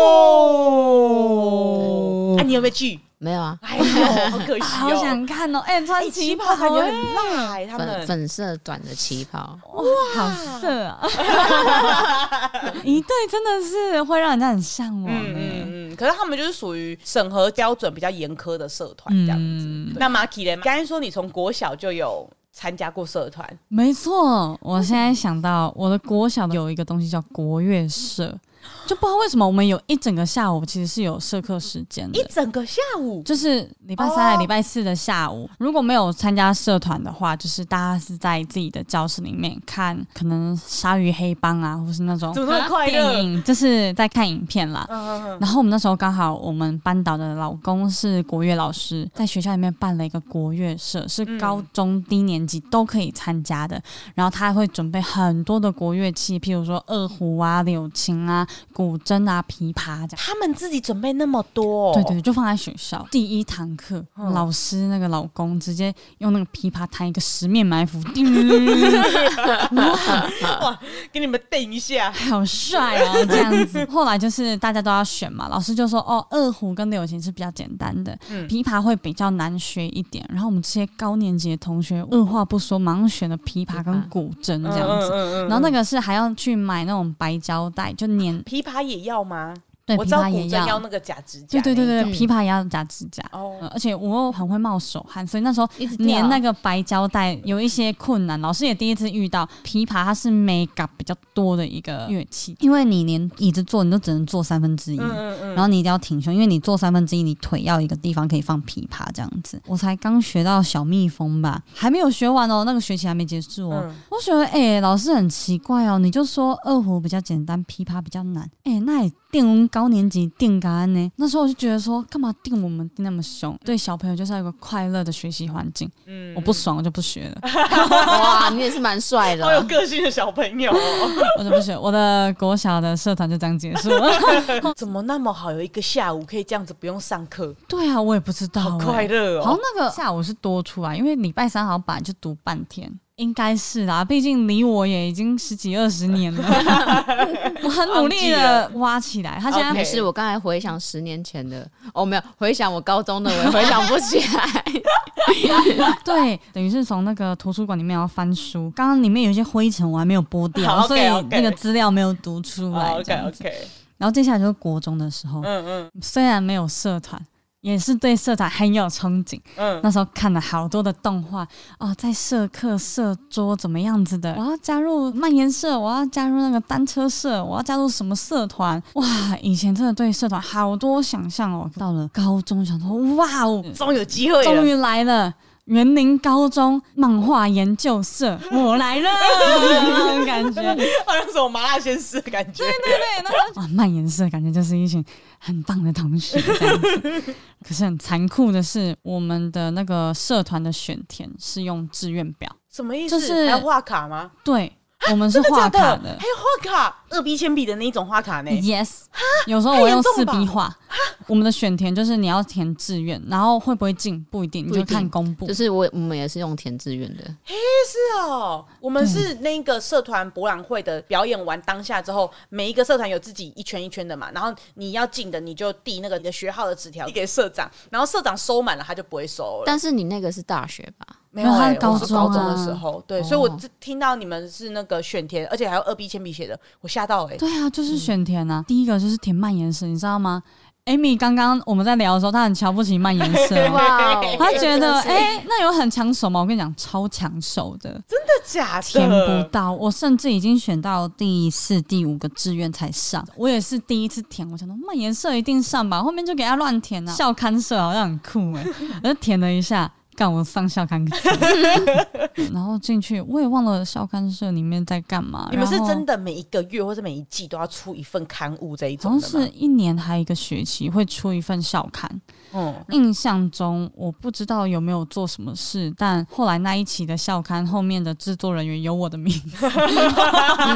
[SPEAKER 2] 哦，哎、你有没有去？
[SPEAKER 3] 没有啊，
[SPEAKER 2] 哎呦，好可惜、哦，
[SPEAKER 1] 好想看哦！哎，穿
[SPEAKER 2] 哎旗
[SPEAKER 1] 旗
[SPEAKER 2] 袍
[SPEAKER 1] 袍
[SPEAKER 2] 感觉
[SPEAKER 1] 哎
[SPEAKER 2] 很辣、哎他
[SPEAKER 3] 粉
[SPEAKER 2] 们。
[SPEAKER 3] 粉色短的旗袍。
[SPEAKER 1] 哇，好色啊！
[SPEAKER 2] *laughs*
[SPEAKER 1] 一对真的是会让人家很向往、
[SPEAKER 2] 嗯
[SPEAKER 1] 欸。
[SPEAKER 2] 嗯嗯，可是他们就是属于审核标准比较严苛的社团这样子。
[SPEAKER 1] 嗯
[SPEAKER 2] 那 Maki 嘞，刚才说你从国小就有参加过社团，
[SPEAKER 1] 没错，我现在想到我的国小有一个东西叫国乐社，就不知道为什么我们有一整个下午其实是有社课时间
[SPEAKER 2] 一
[SPEAKER 1] 的。
[SPEAKER 2] 整个下午，
[SPEAKER 1] 就是礼拜三、
[SPEAKER 2] 哦
[SPEAKER 1] 礼拜四的下午，如果没有参加社团的话，就是大家是在自己的教室里面看，可能《鲨鱼黑帮》啊，或是那种
[SPEAKER 2] 怎么那么快
[SPEAKER 1] 电
[SPEAKER 2] 乐？
[SPEAKER 1] 影，就是在看影片啦。
[SPEAKER 2] 嗯，
[SPEAKER 1] 然后我们那时候刚好，我们班导的老公是国乐老师，在学校里面办了一个国乐社，是
[SPEAKER 2] 嗯
[SPEAKER 1] 高中低年级都可以参加的。然后他会准备很多的国乐器，譬如说二胡啊、柳琴啊、古筝啊、琵琶这样。
[SPEAKER 2] 他们自己准备那么多、
[SPEAKER 1] 对对，，就放在学校第一堂课，
[SPEAKER 2] 哦嗯
[SPEAKER 1] 老师那个老公直接用那个琵琶弹一个十面埋伏，叮 *laughs*
[SPEAKER 2] 给你们定一下。
[SPEAKER 1] 好帅哦，这样子。后来就是大家都要选嘛，老师就说哦，二胡跟柳琴是比较简单的，
[SPEAKER 2] 嗯
[SPEAKER 1] 琵琶会比较难学一点。然后我们这些高年级的同学二话不说，马上选了琵琶
[SPEAKER 3] 琵
[SPEAKER 1] 跟
[SPEAKER 3] 琶
[SPEAKER 1] 古筝这样子。
[SPEAKER 2] 嗯
[SPEAKER 1] 然后那个是还要去买那种白胶带，就粘
[SPEAKER 2] 琵琶也要吗？
[SPEAKER 1] 对
[SPEAKER 2] 我
[SPEAKER 1] 琵
[SPEAKER 2] 知道
[SPEAKER 1] 琶
[SPEAKER 2] 古
[SPEAKER 1] 也
[SPEAKER 2] 筝要
[SPEAKER 1] 要，
[SPEAKER 2] 那个假指甲
[SPEAKER 1] 对
[SPEAKER 2] 那
[SPEAKER 1] 对
[SPEAKER 2] 一种，
[SPEAKER 1] 对对，
[SPEAKER 3] 种
[SPEAKER 1] 对琵琶也要夹指甲。呃
[SPEAKER 2] 哦，
[SPEAKER 1] 而且我又很会冒手汗，所以那时候
[SPEAKER 3] 一直
[SPEAKER 1] 粘
[SPEAKER 3] 粘
[SPEAKER 1] 那个白胶带有一些困难，老师也第一次遇到。琵琶它是 make up 比较多的一个乐器，因为你连椅子坐你都只能坐三分之一。
[SPEAKER 2] 嗯嗯
[SPEAKER 1] 然后你一定要挺胸，因为你坐三分之一，你腿要有一个地方可以放琵琶这样子。我才刚学到小蜜蜂吧，还没有学完哦，那个学期还没结束哦。
[SPEAKER 2] 嗯，
[SPEAKER 1] 我觉得，哎、老师很奇怪哦，你就说二胡比较简单，琵琶比较难，哎、那也定我们高年级定干呢。那时候我就觉得说，干嘛定我们定那么凶？对小朋友就是要有个快乐的学习环境，
[SPEAKER 2] 嗯
[SPEAKER 1] 我不爽我就不学了， *laughs*
[SPEAKER 3] 哇，你也是蛮帅
[SPEAKER 2] 好有
[SPEAKER 3] 的，啊
[SPEAKER 2] 个性的小朋友哦，
[SPEAKER 1] 我就不学。我的国小的社团就这样结束
[SPEAKER 2] *laughs*
[SPEAKER 1] 了。
[SPEAKER 2] *laughs* 怎么那么好？有一个下午可以这样子不用上课，
[SPEAKER 1] 对啊，我也不知道、
[SPEAKER 2] 好快
[SPEAKER 1] 哎
[SPEAKER 2] 乐
[SPEAKER 1] 好
[SPEAKER 2] 哦
[SPEAKER 1] 像！那个下午是多出啊来，因为礼拜三好像本来就读半天，应该是啦、毕竟离我也已经十几二十
[SPEAKER 2] *laughs*
[SPEAKER 1] 年了，我很努力的挖起来。他现在
[SPEAKER 2] OK
[SPEAKER 3] 没事，我刚才回想十年前的，哦，没有回想我高中的，我也回想不起来。
[SPEAKER 1] *laughs* 对，等于是从那个图书馆里面要翻书，刚刚里面有一些灰尘我还没有剥掉，
[SPEAKER 2] 好
[SPEAKER 1] 所以
[SPEAKER 2] *laughs* OK，OK
[SPEAKER 1] 那个资料没有读出来。这
[SPEAKER 2] OK
[SPEAKER 1] 样子
[SPEAKER 2] OK，
[SPEAKER 1] 然后接下来就是国中的时候，
[SPEAKER 2] 嗯
[SPEAKER 1] 虽然没有社团。也是对社团很有憧憬，
[SPEAKER 2] *laughs* 嗯嗯，
[SPEAKER 1] 那时候看了好多的动画哦，在社课、社桌怎么样子的，我要加入漫研社，我要加入那个单车社，我要加入什么社团？哇，以前真的对社团好多想象哦。到了高中，想说哇哦，
[SPEAKER 2] 终于有机会
[SPEAKER 1] 终
[SPEAKER 2] 了，
[SPEAKER 1] 于来了。园林高中漫画研究社，我来了，那种感觉，对
[SPEAKER 2] 好像是我麻辣鲜师的感觉。
[SPEAKER 1] 对，那 *laughs* 种哇，漫研社感觉就是一群很棒的同学这样子。可是很残酷的是，我们的那个社团的选填是用志愿表，
[SPEAKER 2] 什么意
[SPEAKER 1] 就
[SPEAKER 2] 思？
[SPEAKER 1] 是
[SPEAKER 2] 还要画卡吗？
[SPEAKER 1] 对
[SPEAKER 3] 啊
[SPEAKER 1] 我们是
[SPEAKER 2] 真的
[SPEAKER 1] 画
[SPEAKER 2] 假
[SPEAKER 1] 卡
[SPEAKER 2] 的？
[SPEAKER 1] 的
[SPEAKER 2] 还有画卡，二 B 铅笔的那一种画卡
[SPEAKER 3] 哎
[SPEAKER 2] 呢？
[SPEAKER 1] ，yes，有时候我用
[SPEAKER 2] 太
[SPEAKER 1] 四
[SPEAKER 2] 严重了吧
[SPEAKER 1] B 画。我们的选填就是你要填志愿，然后会不会进不一定，你
[SPEAKER 3] 不一
[SPEAKER 1] 就
[SPEAKER 3] 定
[SPEAKER 1] 看公布
[SPEAKER 3] 就。是我我们也是用填志愿的，
[SPEAKER 2] 是哦，我们是那个社团博览会的表演完当下之后，每一个社团有自己一圈一圈的嘛，然后你要进的你就递那个你的学号的纸条递给社长，然后社长收满了他就不会收了。
[SPEAKER 3] 但是你那个是大学吧？
[SPEAKER 2] 没有、
[SPEAKER 1] 没有他
[SPEAKER 2] 欸，
[SPEAKER 1] 是高
[SPEAKER 2] 我是高
[SPEAKER 1] 中
[SPEAKER 2] 中
[SPEAKER 1] 啊
[SPEAKER 2] 的时候，对，
[SPEAKER 3] 哦，
[SPEAKER 2] 所以我只听到你们是那个选填，而且还有二 B 铅笔写的，我吓到哎、欸，
[SPEAKER 1] 对啊，就是选填啊。第一个就是填蔓延社，你知道吗？Amy 刚刚我们在聊的时候，她很瞧不起蔓延社
[SPEAKER 3] *laughs* 哇
[SPEAKER 1] 啊
[SPEAKER 3] 哦，
[SPEAKER 1] 她觉得
[SPEAKER 3] 真的是
[SPEAKER 1] 哎、那有很抢手吗？我跟你讲，超抢手的，
[SPEAKER 2] 真的假的？
[SPEAKER 1] 填不到。我甚至已经选到第四、第五个志愿才上。我也是第一次填，我想说蔓延社一定上吧，后面就给他乱填啊。校刊社好像很酷 *laughs* 哎、我就填了一下。干我上校刊社， *laughs* 然后进去我也忘了校刊社里面在干嘛。
[SPEAKER 2] 你们是
[SPEAKER 1] 然后
[SPEAKER 2] 真的每一个月或者每一季都要出一份刊物这一
[SPEAKER 1] 好像
[SPEAKER 2] 种的
[SPEAKER 1] 是
[SPEAKER 2] 吗？
[SPEAKER 1] 一年还一个学期会出一份校刊。
[SPEAKER 2] 嗯，
[SPEAKER 1] 印象中我不知道有没有做什么事，但后来那一期的校刊后面的制作人员有我的名字。
[SPEAKER 2] 看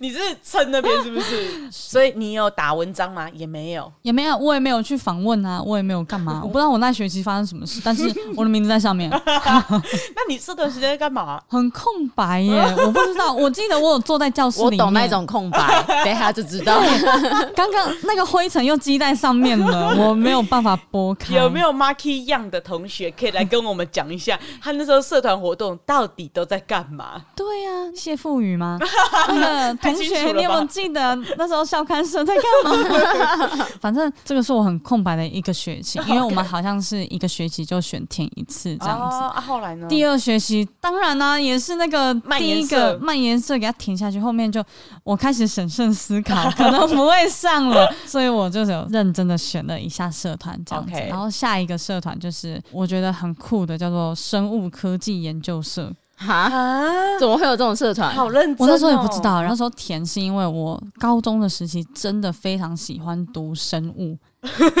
[SPEAKER 2] 你是撑那边是不是？ *laughs* 所以你有打文章吗？也没有。
[SPEAKER 1] 也没有，我也没有去访问啊，我也没有干
[SPEAKER 2] *laughs*
[SPEAKER 1] 嘛，我不知道我那学期发生什么事，但是我的名字在上面，
[SPEAKER 2] 那你这段时间在干嘛？
[SPEAKER 1] 很空白耶，我不知道，我记得我有坐在教室里
[SPEAKER 3] 我
[SPEAKER 1] 面，
[SPEAKER 3] 懂那种空白，等一下就知道了。
[SPEAKER 2] *laughs*
[SPEAKER 1] 刚刚那个灰尘又积在上面了，我没有办法拨开。
[SPEAKER 2] 有没有 Marky Young 的同学可以来跟我们讲一下，他那时候社团活动到底都在干嘛？
[SPEAKER 1] 对呀、谢富宇
[SPEAKER 2] *laughs*
[SPEAKER 1] 吗？那个
[SPEAKER 2] 太
[SPEAKER 1] 同
[SPEAKER 2] 清
[SPEAKER 1] 学，
[SPEAKER 2] 楚了
[SPEAKER 1] 你有没有
[SPEAKER 2] 吧
[SPEAKER 1] 记得那时候校刊社在干
[SPEAKER 2] *laughs*
[SPEAKER 1] 嘛？反正这个是我很空白的一个学期，因为我们好像是一个学期就选填一次这样子。
[SPEAKER 2] 哦啊，后来呢？
[SPEAKER 1] 第二学期当然啦、也是那个
[SPEAKER 2] 蔓
[SPEAKER 1] 第
[SPEAKER 2] 延
[SPEAKER 1] 一
[SPEAKER 2] 色
[SPEAKER 1] 个蔓延色给它填下去，后面就我开始审慎思考，可能不会上
[SPEAKER 2] *laughs*
[SPEAKER 1] 了，所以我就有认真的选了一下社团这样子。
[SPEAKER 2] OK
[SPEAKER 1] 然后下一个社团就是我觉得很酷的，叫做生物科技研究
[SPEAKER 2] 哦
[SPEAKER 1] 社。
[SPEAKER 3] 哈，
[SPEAKER 2] 啊，
[SPEAKER 3] 怎么会有这种社团？
[SPEAKER 2] 好认真、哦。
[SPEAKER 1] 我那时候也不知，道，然后那时候填是因为我高中的时期真的非常喜欢读生物，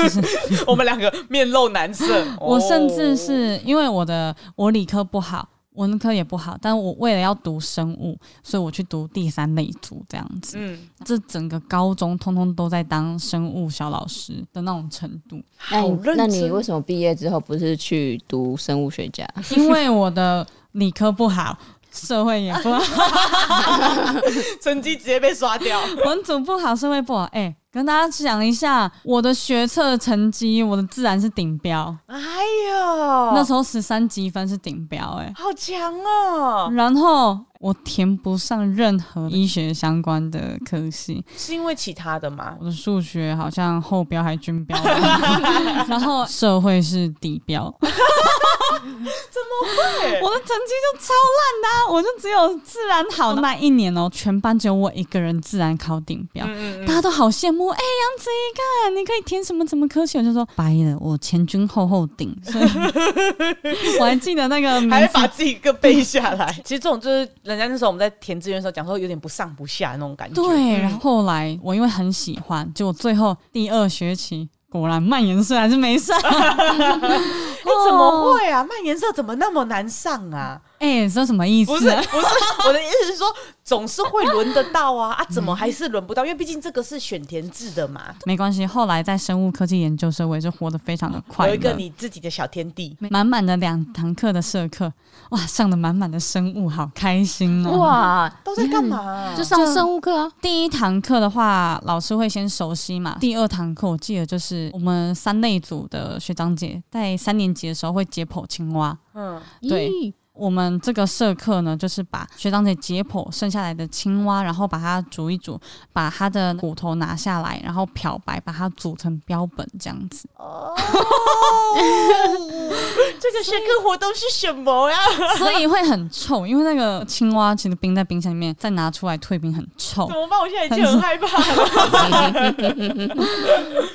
[SPEAKER 2] *laughs* 我们两个面露难色。
[SPEAKER 1] *laughs* 我甚至
[SPEAKER 2] 哦
[SPEAKER 1] 是因为我的我理科不好，文科也不好，但我为了要读生物，所以我去读第三类组这样子。
[SPEAKER 2] 嗯，
[SPEAKER 1] 这整个高中通通都在当生物小老师的那种程度，
[SPEAKER 3] 那
[SPEAKER 2] 好
[SPEAKER 3] 你
[SPEAKER 2] 认真。
[SPEAKER 3] 那你为什么毕业之后不是去读生物学家？
[SPEAKER 1] 因为我的理科不好，社会也不好， *laughs*
[SPEAKER 2] 成绩直接被刷掉？
[SPEAKER 1] 文组不好，社会不好。哎、跟大家讲一下，我的学测成绩，我的自然是顶标，
[SPEAKER 2] 哎呦，
[SPEAKER 1] 那时候十三积分是顶标、哎。
[SPEAKER 2] 好强哦！
[SPEAKER 1] 然后我填不上任何医学相关的科系，
[SPEAKER 2] 是因为其他的吗？
[SPEAKER 1] 我的数学好像后标还均标吧， *laughs* 然后社会是底标，我的
[SPEAKER 2] 对，
[SPEAKER 1] 成绩就超烂的啊、我就只有自然好那一年哦，全班只有我一个人自然考顶标。
[SPEAKER 2] 嗯
[SPEAKER 1] 大家都好羡慕，哎、杨子怡看，你可以填什么什么科系？我就说白了，我前军后后顶，
[SPEAKER 2] *laughs*
[SPEAKER 1] 所以我还记得那个名
[SPEAKER 2] 还会
[SPEAKER 1] 字
[SPEAKER 2] 把自己个背下来。 *laughs* 其实这种就是人家那时候我们在填志愿的时候讲说有点不上不下那种感觉。
[SPEAKER 1] 对，然后后来我因为很喜欢，结果最后第二学期果然蔓延社还是没 *laughs* 上。
[SPEAKER 2] *laughs* 你哎怎么会啊？蔓延色怎么那么难上啊？
[SPEAKER 1] 哎、这什么意
[SPEAKER 2] 不是
[SPEAKER 1] 思啊？
[SPEAKER 2] 不是， *laughs* 我的意思是说，总是会轮得到 *laughs* 啊啊，怎么还是轮不到？因为毕竟这个是选填制的嘛，
[SPEAKER 1] 没关系，后来在生物科技研究社，我也是活得非常的快乐。
[SPEAKER 2] 有一个你自己的小天地。
[SPEAKER 1] 满满的两堂课的社课，哇，上的满满的生物，好开心哦！哇，
[SPEAKER 3] 哇，
[SPEAKER 2] 都在干嘛、
[SPEAKER 3] 就上生物课啊！
[SPEAKER 1] 第一堂课的话，老师会先熟悉嘛。第二堂课我记得就是我们三类组的学长姐在三年级的时候会解剖青蛙，
[SPEAKER 2] 嗯，
[SPEAKER 1] 对
[SPEAKER 3] 咦，
[SPEAKER 1] 我们这个社课呢，就是把学长姐解剖剩下来的青蛙，然后把它煮一煮，把它的骨头拿下来，然后漂白，把它组成标本这样子。
[SPEAKER 2] 这个选课活动是什么啊呀、
[SPEAKER 1] *laughs* 所以会很臭，因为那个青蛙其实冰在冰箱里面，再拿出来退冰很臭
[SPEAKER 2] 怎。么办？我现在已经很害怕了。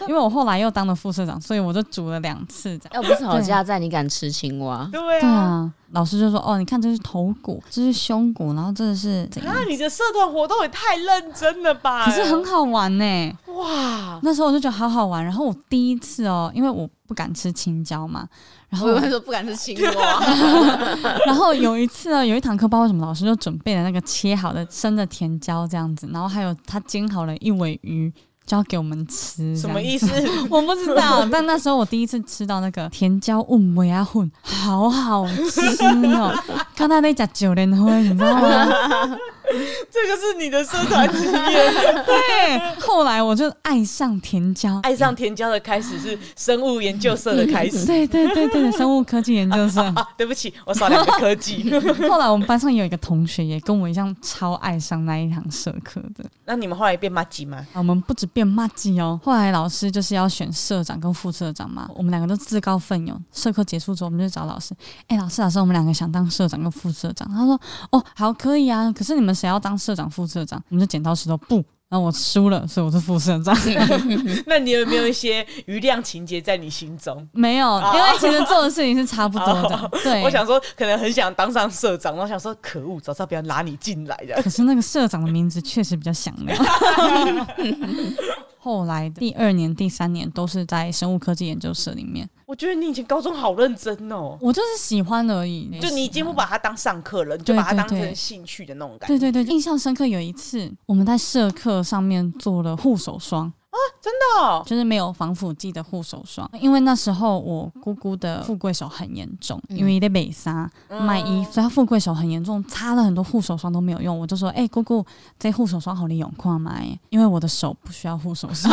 [SPEAKER 1] 因为我后来又当了副社长，所以我就煮了两次这样。
[SPEAKER 3] 要不是吵架在，你敢吃青蛙？
[SPEAKER 2] *laughs* 对
[SPEAKER 1] 对
[SPEAKER 2] 啊，
[SPEAKER 1] 啊，老师就说：“哦，你看这是头骨，这是胸骨，然后这是怎样
[SPEAKER 2] 啊，？”你的社团活动也太认真了吧？
[SPEAKER 1] 可是很好玩呢、
[SPEAKER 2] 哇，
[SPEAKER 1] 那时候我就觉得好好玩。然后我第一次哦，因为我不敢吃青椒嘛，然后
[SPEAKER 3] 我会说不敢吃青蛙，
[SPEAKER 1] *laughs* 然后有一次呢，有一堂课，不知道为什么老师就准备了那个切好的生的甜椒这样子，然后还有他煎好了一尾鱼，就要给我们吃。
[SPEAKER 2] 什么
[SPEAKER 1] 思？
[SPEAKER 2] 意思？ *laughs*
[SPEAKER 1] *laughs* 我不知道，但那时候我第一次吃到那个甜椒อุ่味啊混，好好吃哦！看到那家九连灰，你知道吗？
[SPEAKER 2] 这个是你的社团经验。
[SPEAKER 1] 对，后来我就爱上甜椒，
[SPEAKER 2] 爱上甜椒的开始是生物研究社的开 *laughs* 始。
[SPEAKER 1] 对对对对，生物科技研究生。
[SPEAKER 2] 啊，对不起，我少两个科技。 *laughs*
[SPEAKER 1] 后来我们班上有一个同学也跟我一样超爱上那一堂社课的，
[SPEAKER 2] 那你们后来变麻吉吗？
[SPEAKER 1] 啊我们不止变骂鸡哦，
[SPEAKER 2] 嗯
[SPEAKER 1] 后来老师就是要选社长跟副社长嘛，我们两个都自告奋勇。社课结束之后，我们就找老师，哎、老师，老师，我们两个想当社长跟副社长。他说，哦，好，可以啊，可是你们谁要当社长、副社长？我们就剪刀石头布。然后我输了，所以我是副社
[SPEAKER 2] *laughs*
[SPEAKER 1] 长。
[SPEAKER 2] *laughs* 那你有没有一些余量情节在你心中？
[SPEAKER 1] 没有，因为其实做的事情是差不多的。对，
[SPEAKER 2] 哦我想说，可能很想当上社长，然后想说，可恶，早知道不要拉你进来的。
[SPEAKER 1] 可是那个社长的名字确实比较响亮。后来的第二年、第三年都是在生物科技研究社里面，
[SPEAKER 2] *laughs* 我觉得你以前高中好认真哦，
[SPEAKER 1] 我就是喜欢而已。
[SPEAKER 2] 就你已经不把它当上课了，你就
[SPEAKER 1] 对
[SPEAKER 2] 把它
[SPEAKER 1] 对
[SPEAKER 2] 当
[SPEAKER 1] 对
[SPEAKER 2] 成兴趣的那种感
[SPEAKER 1] 对
[SPEAKER 2] 觉。
[SPEAKER 1] 对对，印象深刻。有一次我们在社课上面做了护手霜，
[SPEAKER 2] 真的哦、
[SPEAKER 1] 就是没有防腐剂的护手霜，因为那时候我姑姑的富贵手很严重，因为在北沙卖衣服，所以她富贵手很严重，擦了很多护手霜都没有用。我就说，哎、姑姑，这护手霜好你用看买，因为我的手不需要护手霜。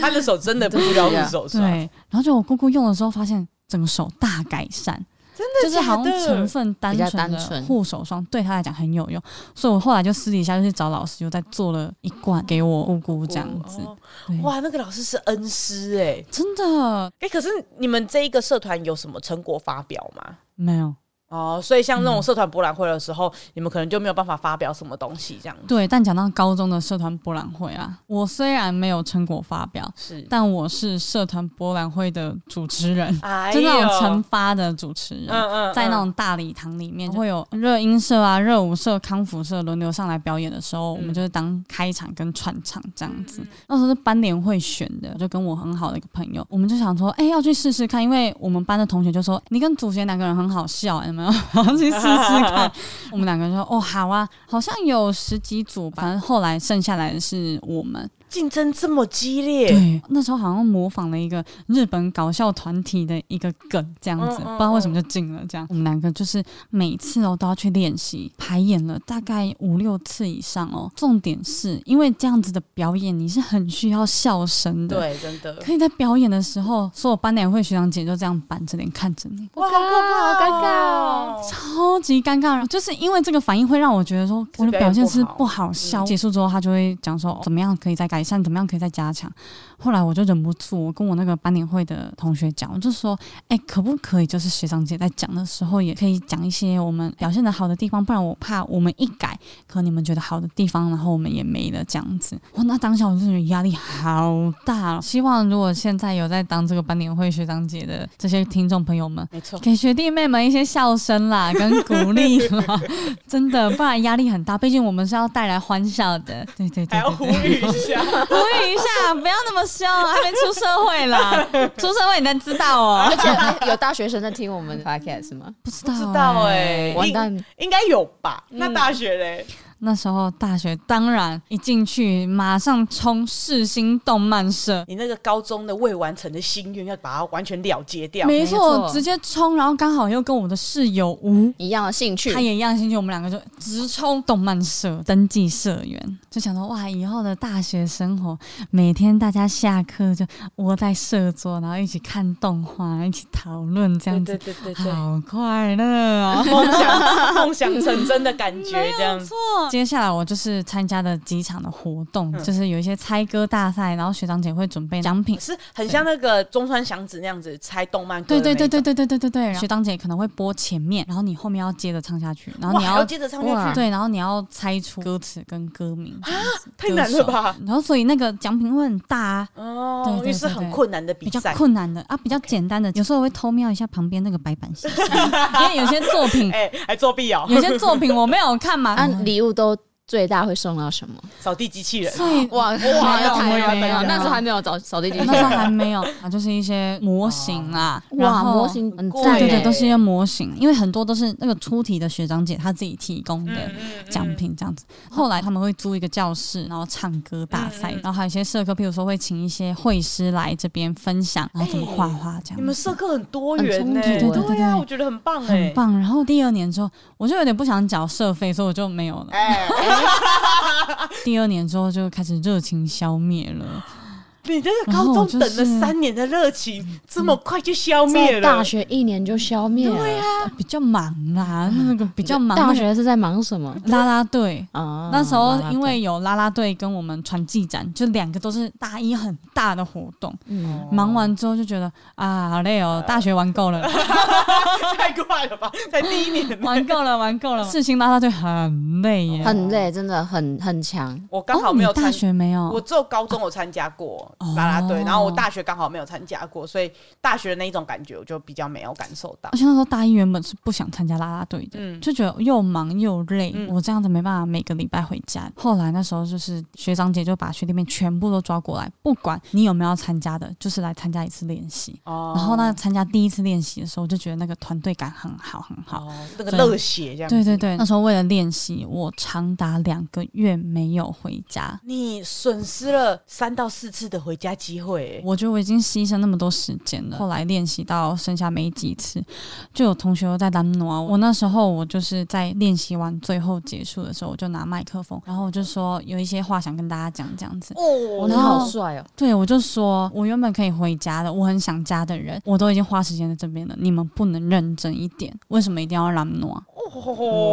[SPEAKER 2] 他的手真的不需要护手
[SPEAKER 1] 对
[SPEAKER 2] 霜，，
[SPEAKER 1] 然后就我姑姑用的时候发现整个手大改善。
[SPEAKER 2] 真
[SPEAKER 1] 就
[SPEAKER 2] 的
[SPEAKER 1] 是
[SPEAKER 2] 假
[SPEAKER 1] 好像成
[SPEAKER 2] 的？
[SPEAKER 1] 分单
[SPEAKER 3] 比较
[SPEAKER 1] 纯
[SPEAKER 3] 单
[SPEAKER 1] 的
[SPEAKER 3] 纯
[SPEAKER 1] 护手霜对她来讲很有用，所以我后来就私底下就去找老师，又再做了一罐给我姑姑这样子。
[SPEAKER 2] 哦
[SPEAKER 1] 对
[SPEAKER 2] 哇，那个老师是恩师哎、欸、
[SPEAKER 1] 真的
[SPEAKER 2] 哎、可是你们这一个社团有什么成果发表吗？
[SPEAKER 1] 没有。
[SPEAKER 2] 哦，所以像那
[SPEAKER 1] 嗯
[SPEAKER 2] 种社团博览会的时候，你们可能就没有办法发表什么东西这样子。
[SPEAKER 1] 对，但讲到高中的社团博览会啊，我虽然没有成果发表，
[SPEAKER 2] 是，
[SPEAKER 1] 但我是社团博览会的主持人，
[SPEAKER 2] 哎
[SPEAKER 1] 就
[SPEAKER 2] 呦
[SPEAKER 1] 那种惩罚的主持人。
[SPEAKER 2] 嗯嗯，
[SPEAKER 1] 在那
[SPEAKER 2] 嗯
[SPEAKER 1] 种大礼堂里面，就会有热音社啊、热舞社、康复社轮流上来表演的时候，我们就是当开场跟串场这样子。那时候是班联会选的，就跟我很好的一个朋友，我们就想说，哎、要去试试看，因为我们班的同学就说你跟祖贤两个人很好笑，有没有？ *laughs* 然后去试试看。我们两个人说，哦，好啊，好像有十几组吧，反正后来剩下来的是我们。
[SPEAKER 2] 竞争这么激烈，
[SPEAKER 1] 对，那时候好像模仿了一个日本搞笑团体的一个梗，这样子，
[SPEAKER 2] 嗯嗯
[SPEAKER 1] 不知道为什么就进了。这样，我们两个就是每次哦都要去练习排演了大概五六次以上哦。重点是因为这样子的表演，你是很需要笑声的。
[SPEAKER 2] 对，真的，
[SPEAKER 1] 可以在表演的时候，所有班联会学长姐就这样板着脸看着你，
[SPEAKER 2] 哇，好可怕，
[SPEAKER 3] 好尴尬哦
[SPEAKER 1] 超级尴尬。就是因为这个反应会让我觉得说我的表现是不好笑。
[SPEAKER 2] 嗯
[SPEAKER 1] 结束之后，他就会讲说怎么样可以再改善，怎么样可以再加强。后来我就忍不住，我跟我那个班年会的同学讲，我就说，哎、可不可以就是学长姐在讲的时候，也可以讲一些我们表现的好的地方，不然我怕我们一改，可能你们觉得好的地方，然后我们也没了这样子。哇，那当下我就觉得压力好大哦。希望如果现在有在当这个班年会学长姐的这些听众朋友们，
[SPEAKER 2] 没错，
[SPEAKER 1] *laughs* 给学弟妹们一些笑声啦，
[SPEAKER 2] *laughs*
[SPEAKER 1] 跟鼓励啦， *laughs* 真的，不然压力很大。毕竟我们是要带来欢笑
[SPEAKER 2] *laughs*
[SPEAKER 1] 的，对对对
[SPEAKER 2] 还要
[SPEAKER 1] 对
[SPEAKER 2] 呼
[SPEAKER 1] 对
[SPEAKER 2] 吁一下，
[SPEAKER 1] 呼吁一下，不要那么凶，啊还没出社会
[SPEAKER 2] *laughs*
[SPEAKER 1] 啦，出社会你才知道哦、
[SPEAKER 3] 而且有大学生在听我 *laughs* 们的 podcast 吗？
[SPEAKER 1] 不知道、
[SPEAKER 2] 知道哎
[SPEAKER 3] 完蛋，
[SPEAKER 2] 应该有吧？
[SPEAKER 1] 嗯
[SPEAKER 2] 那大学嘞，
[SPEAKER 1] 那时候大学当然一进去马上冲世新动漫社。
[SPEAKER 2] 你那个高中的未完成的心愿，要把它完全了结掉。
[SPEAKER 1] 没
[SPEAKER 3] 没
[SPEAKER 1] 错，
[SPEAKER 3] 错
[SPEAKER 1] 直接冲，然后刚好又跟我的室友吴
[SPEAKER 3] 一样的兴趣
[SPEAKER 1] 他，也一样兴趣，我们两个就直冲动漫社登记社员，就想说哇，以后的大学生活，每天大家下课就窝在社桌，然后一起看动画，一起讨论这样子，
[SPEAKER 2] 对对！
[SPEAKER 1] 好快乐哦
[SPEAKER 2] 梦想梦想成真的感觉，这样子。
[SPEAKER 1] *laughs* 接下来我就是参加了几场的活动，
[SPEAKER 2] 嗯
[SPEAKER 1] 就是有一些猜歌大赛，然后学长姐会准备奖品。
[SPEAKER 2] 是很像那个中川祥子那样子猜动漫歌，
[SPEAKER 1] 对对对对，对对对对对，然后学长姐可能会播前面，然后你后面要接着唱下去，然后
[SPEAKER 2] 哇，
[SPEAKER 1] 你
[SPEAKER 2] 还
[SPEAKER 1] 要
[SPEAKER 2] 要接着唱下
[SPEAKER 3] 哇
[SPEAKER 2] 去，
[SPEAKER 1] 对，然后你要猜出歌词跟歌名这样子，
[SPEAKER 2] 太难了吧
[SPEAKER 1] 歌手？然后所以那个奖品会很大、啊。
[SPEAKER 2] 哦
[SPEAKER 1] 对，对
[SPEAKER 2] 因为是
[SPEAKER 1] 对
[SPEAKER 2] 很
[SPEAKER 1] 对
[SPEAKER 2] 困难的
[SPEAKER 1] 比
[SPEAKER 2] 比
[SPEAKER 1] 较
[SPEAKER 2] 赛。
[SPEAKER 1] 困难的啊，比较简单的，有时候我会偷瞄一下旁边那个白板写什
[SPEAKER 2] *laughs*
[SPEAKER 1] 么，因为有些作品，
[SPEAKER 2] 哎，还作弊哦，
[SPEAKER 1] 有些作品我没有看嘛，
[SPEAKER 3] 啊，礼物都最大会送到什么？
[SPEAKER 2] *laughs* 扫地机器
[SPEAKER 1] *laughs*
[SPEAKER 2] 人。
[SPEAKER 1] 所以
[SPEAKER 3] 哇，
[SPEAKER 2] 没有
[SPEAKER 3] 太
[SPEAKER 2] 没有
[SPEAKER 3] 没有，
[SPEAKER 2] 没有
[SPEAKER 3] 那时候还没有找扫地机
[SPEAKER 1] 我
[SPEAKER 3] 器
[SPEAKER 1] 那时候
[SPEAKER 3] 人，
[SPEAKER 1] 还没有 *laughs* 啊，就是一些模型啊，然
[SPEAKER 3] 哇，
[SPEAKER 1] 后
[SPEAKER 3] 模。型很
[SPEAKER 2] 哦对
[SPEAKER 1] 对
[SPEAKER 3] 赞
[SPEAKER 1] 对
[SPEAKER 3] 耶，
[SPEAKER 1] 对，都是一些模型，因为很多都是那个出题的学长姐她自己提供的，
[SPEAKER 2] 嗯
[SPEAKER 1] 奖品这样子。后来他们会租一个教室，然后唱歌大赛，
[SPEAKER 2] 嗯嗯嗯
[SPEAKER 1] 然后还有一些社科，譬如说会请一些会师来这边分享，然后怎么
[SPEAKER 2] 哎
[SPEAKER 1] 画画这样子。
[SPEAKER 2] 你们社课很多元呢、
[SPEAKER 3] 很充足
[SPEAKER 1] 对对对对
[SPEAKER 2] 啊，
[SPEAKER 1] 对
[SPEAKER 2] 我觉得很棒哎、
[SPEAKER 1] 很棒。然后第二年之后，我就有点不想缴社费，所以我就没有了。
[SPEAKER 2] 哎、
[SPEAKER 1] *laughs* 第二年之后就开始热情消灭了。
[SPEAKER 2] 你这个高中等了三年的热情，这么快就消灭
[SPEAKER 3] 在
[SPEAKER 1] 嗯
[SPEAKER 2] 了？
[SPEAKER 3] 大学一年就消灭了。对啊，
[SPEAKER 1] 比较忙啦，那个比较忙。
[SPEAKER 3] 大学是在忙什么？
[SPEAKER 1] 拉拉队。
[SPEAKER 3] 啊
[SPEAKER 1] 那时候
[SPEAKER 3] 啦啦
[SPEAKER 1] 因
[SPEAKER 3] 队
[SPEAKER 1] 为有拉拉队跟我们传记展，就两个都是大一很大的活动，
[SPEAKER 3] 嗯，
[SPEAKER 1] 忙完之后就觉得啊好累哦，大学玩够了，
[SPEAKER 2] *laughs* 太快了吧，才第一年。
[SPEAKER 1] 玩够了，玩够了。事情拉拉队很累耶，
[SPEAKER 3] 很累，真的很很强。
[SPEAKER 2] 我刚好没有
[SPEAKER 1] 哦你大
[SPEAKER 2] 参，
[SPEAKER 1] 学没有，
[SPEAKER 2] 我只有高中我参加过，
[SPEAKER 1] 哦
[SPEAKER 2] 啦啦队，然后我大学刚好没有参加过，所以大学的那一种感觉我就比较没有感受到
[SPEAKER 1] 而。且那时候大一原本是不想参加啦啦队的，
[SPEAKER 2] 嗯
[SPEAKER 1] 就觉得又忙又累，
[SPEAKER 2] 嗯
[SPEAKER 1] 我这样子没办法每个礼拜回家。后来那时候就是学长姐就把学弟妹全部都抓过来，不管你有没有要参加的，就是来参加一次练习。
[SPEAKER 2] 哦
[SPEAKER 1] 然后呢，参加第一次练习的时候，我就觉得那个团队感很好，很好。
[SPEAKER 2] 哦，那个热血这样子。
[SPEAKER 1] 对对对，那时候为了练习，我长达两个月没有回家。
[SPEAKER 2] 你损失了三到四次的回家机会、欸
[SPEAKER 1] 我觉得我已经牺牲那么多时间了，后来练习到剩下没几次，就有同学又在单挪啊。我那时候我就是在练习完最后结束的时候，我就拿麦克风，然后我就说有一些话想跟大家讲，这样子。
[SPEAKER 3] 哦，
[SPEAKER 2] 哦
[SPEAKER 3] 你
[SPEAKER 1] 然后
[SPEAKER 3] 好帅哦！
[SPEAKER 1] 对，我就说我原本可以回家的，我很想家的人，我都已经花时间在这边了，你们不能认真一点，为什么一定要拉挪啊？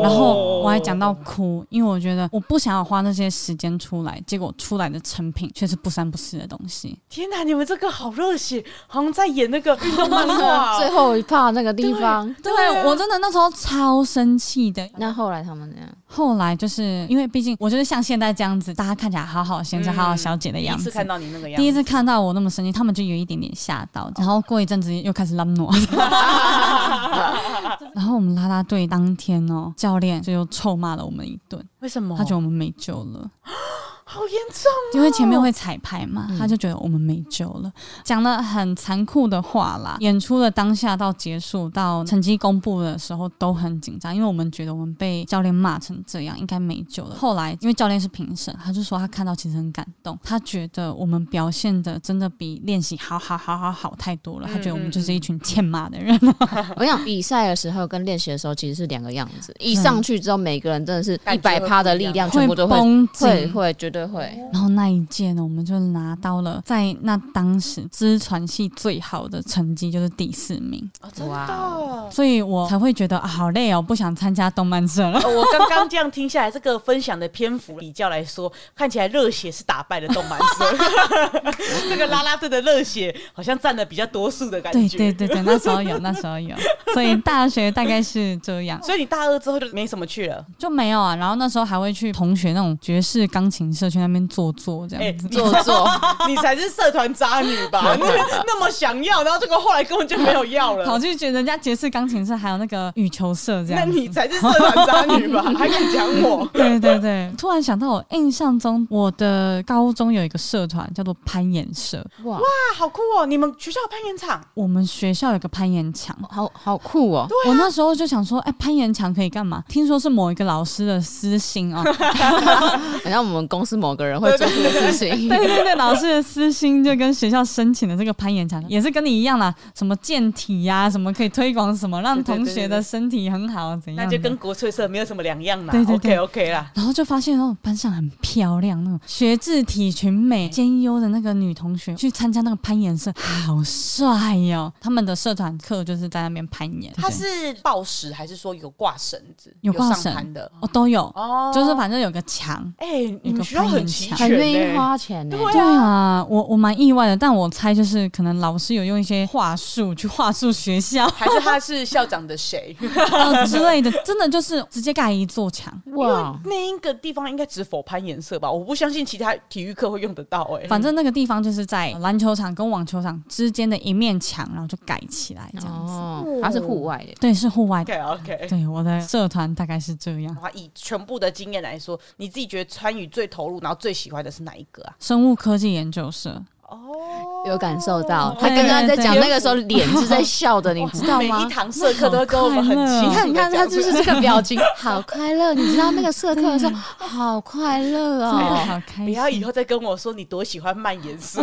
[SPEAKER 1] 然后我还讲到哭，因为我觉得我不想要花那些时间出来，结果出来的成品却是不三不四的东西。
[SPEAKER 2] 天哪，你们这个好热血，好像在演那个运动漫画
[SPEAKER 3] 最
[SPEAKER 2] 哦。
[SPEAKER 3] 后一趴那个地方，
[SPEAKER 1] 对啊我真的那时候超生气的。
[SPEAKER 3] 那后来他们怎样？
[SPEAKER 1] 后来就是因为毕竟我就是像现在这样子，大家看起来好好先生、
[SPEAKER 2] 嗯
[SPEAKER 1] 好好小姐的
[SPEAKER 2] *laughs* 第
[SPEAKER 1] 样
[SPEAKER 2] 一
[SPEAKER 1] 子哦
[SPEAKER 2] 次。看到你那个样子，
[SPEAKER 1] 嗯第一次看到我那么生气，他们就有一点点吓到，然后过一阵子又开始拉 *laughs* 诺。然后我们啦啦队当天哦，教练就又臭骂了我们一顿，
[SPEAKER 2] 为什么？
[SPEAKER 1] 他觉得我们没救了。
[SPEAKER 2] 好严重，
[SPEAKER 1] 因为前面会彩排嘛，
[SPEAKER 3] 嗯
[SPEAKER 1] 他就觉得我们没救了，讲了很残酷的话啦。演出的当下到结束到成绩公布的时候都很紧张，因为我们觉得我们被教练骂成这样，应该没救了。后来因为教练是评审，他就说他看到其实很感动，他觉得我们表现的真的比练习好好好好好太多了，
[SPEAKER 3] 嗯
[SPEAKER 1] 他觉得我们就是一群欠骂的人。
[SPEAKER 3] *laughs* 我想比赛的时候跟练习的时候其实是两个样子。一
[SPEAKER 1] 嗯
[SPEAKER 3] 上去之后，每个人真的是一
[SPEAKER 2] 感觉
[SPEAKER 3] 百
[SPEAKER 2] 会不一
[SPEAKER 3] 趴
[SPEAKER 2] 样
[SPEAKER 3] 的力量，全
[SPEAKER 1] 会
[SPEAKER 3] 部都会
[SPEAKER 1] 绷
[SPEAKER 3] 会
[SPEAKER 1] 紧，
[SPEAKER 3] 会绝对会。
[SPEAKER 1] 然后那一届呢，我们就拿到了在那当时资传系最好的成绩，就是第四名。
[SPEAKER 2] 哦真的
[SPEAKER 3] 哇
[SPEAKER 2] 哦。
[SPEAKER 1] 所以我才会觉得、啊、好累哦，不想参加动漫社了。
[SPEAKER 2] 呃我刚刚这样听下来，这个分享的篇幅比较来说，看起来热血是打败了动漫 *laughs* 社，这个啦啦队的热血好像占了比较多数的感
[SPEAKER 1] 对
[SPEAKER 2] 觉。
[SPEAKER 1] 对对对，那时候有，那时
[SPEAKER 2] *laughs*
[SPEAKER 1] 候有，所以大学大概是这样，
[SPEAKER 2] 所以你大二之后就没什么去了。
[SPEAKER 1] 就没有啊。然后那时候还会去同学那种爵士钢琴社去那边坐坐这
[SPEAKER 2] 哎、
[SPEAKER 1] 样子。
[SPEAKER 2] 你 *laughs*
[SPEAKER 3] 做作，
[SPEAKER 2] 你才是社团渣女 *laughs* 吧？那那么想要，然后这个后来根本就没有要 *laughs*
[SPEAKER 1] 跑
[SPEAKER 2] 了。
[SPEAKER 1] 去觉得人家爵士钢琴社还有那个羽球社这
[SPEAKER 2] 那
[SPEAKER 1] 样
[SPEAKER 2] 你
[SPEAKER 1] 子。啊
[SPEAKER 2] 才是社团渣女吧？还敢讲我？
[SPEAKER 1] 对对对，突然想到，我印象中我的高中有一个社团叫做攀岩社，
[SPEAKER 3] 哇，
[SPEAKER 2] 啊，好酷哦！你们学校有攀岩场，
[SPEAKER 1] 我们学校有个攀岩墙，
[SPEAKER 3] 好好酷哦！
[SPEAKER 2] 啊
[SPEAKER 1] 我那时候就想说，哎、攀岩墙可以干嘛？听说是某一个老师的私心啊，
[SPEAKER 3] 好像我们公司某个人会做出的事情，
[SPEAKER 2] *laughs*
[SPEAKER 1] 对对对，老师的私心就跟学校申请的这个攀岩墙也是跟你一样啦，什么健体呀、什么可以推广什么，让
[SPEAKER 2] 对对对
[SPEAKER 1] 同学的身体很好，怎
[SPEAKER 2] 那
[SPEAKER 1] 样的？
[SPEAKER 2] 就跟国粹社没有什么两样啦。
[SPEAKER 1] 对对对
[SPEAKER 2] OK OK 啦。
[SPEAKER 1] 然后就发现哦，班上很漂亮，那种学制体群美、兼优的那个女同学去参加那个攀岩社，好帅哟、他们的社团课就是在那边攀岩，
[SPEAKER 2] 它
[SPEAKER 1] 对
[SPEAKER 2] 是报时还是说有挂绳子？
[SPEAKER 1] 有挂绳
[SPEAKER 2] 上攀的
[SPEAKER 1] 哦都有，
[SPEAKER 2] 哦
[SPEAKER 1] 就是反正有个墙。
[SPEAKER 2] 哎、你们学校很齐
[SPEAKER 1] 很
[SPEAKER 3] 很
[SPEAKER 2] 全、
[SPEAKER 3] 愿意
[SPEAKER 2] 欸。
[SPEAKER 3] 花钱呢。
[SPEAKER 1] 对啊，我我蛮意外的，但我猜就是可能老师有用一些话术去话术学校，
[SPEAKER 2] 还是他是校长的谁？ *laughs*
[SPEAKER 1] 呃之类的，真的就是直接盖一座墙。
[SPEAKER 3] 哇，
[SPEAKER 2] 那一个地方应该只否攀岩社吧？我不相信其他体育课会用得到哎、
[SPEAKER 1] 反正那个地方就是在篮球场跟网球场之间的一面墙，然后就盖起来这样子。
[SPEAKER 3] 哦，它是户外的，
[SPEAKER 1] 对，是户外的。
[SPEAKER 2] OK OK。
[SPEAKER 1] 对，我的社团大概是这样
[SPEAKER 2] 的。话，以全部的经验来说，你自己觉得参与最投入，然后最喜欢的是哪一个啊？
[SPEAKER 1] 生物科技研究社，
[SPEAKER 2] 哦
[SPEAKER 3] 有感受到。他
[SPEAKER 1] 对
[SPEAKER 3] 刚刚在讲
[SPEAKER 1] 对
[SPEAKER 3] 那个时候脸是
[SPEAKER 2] *laughs*
[SPEAKER 3] 在笑的，你知道
[SPEAKER 2] 每
[SPEAKER 3] 吗
[SPEAKER 2] 一？堂社课都会跟我们很
[SPEAKER 1] 那好快乐哦
[SPEAKER 2] 亲。
[SPEAKER 3] 你看，你看，他就是这个
[SPEAKER 2] *laughs*
[SPEAKER 3] 表情，好快乐。你知道那个社课的时候，好快
[SPEAKER 1] 真
[SPEAKER 3] 乐
[SPEAKER 2] *laughs*
[SPEAKER 1] 的
[SPEAKER 3] 哦。
[SPEAKER 1] 好开
[SPEAKER 2] 不
[SPEAKER 1] 心。
[SPEAKER 2] 要以后再跟我说你多喜欢蔓
[SPEAKER 1] *laughs*
[SPEAKER 2] 延色，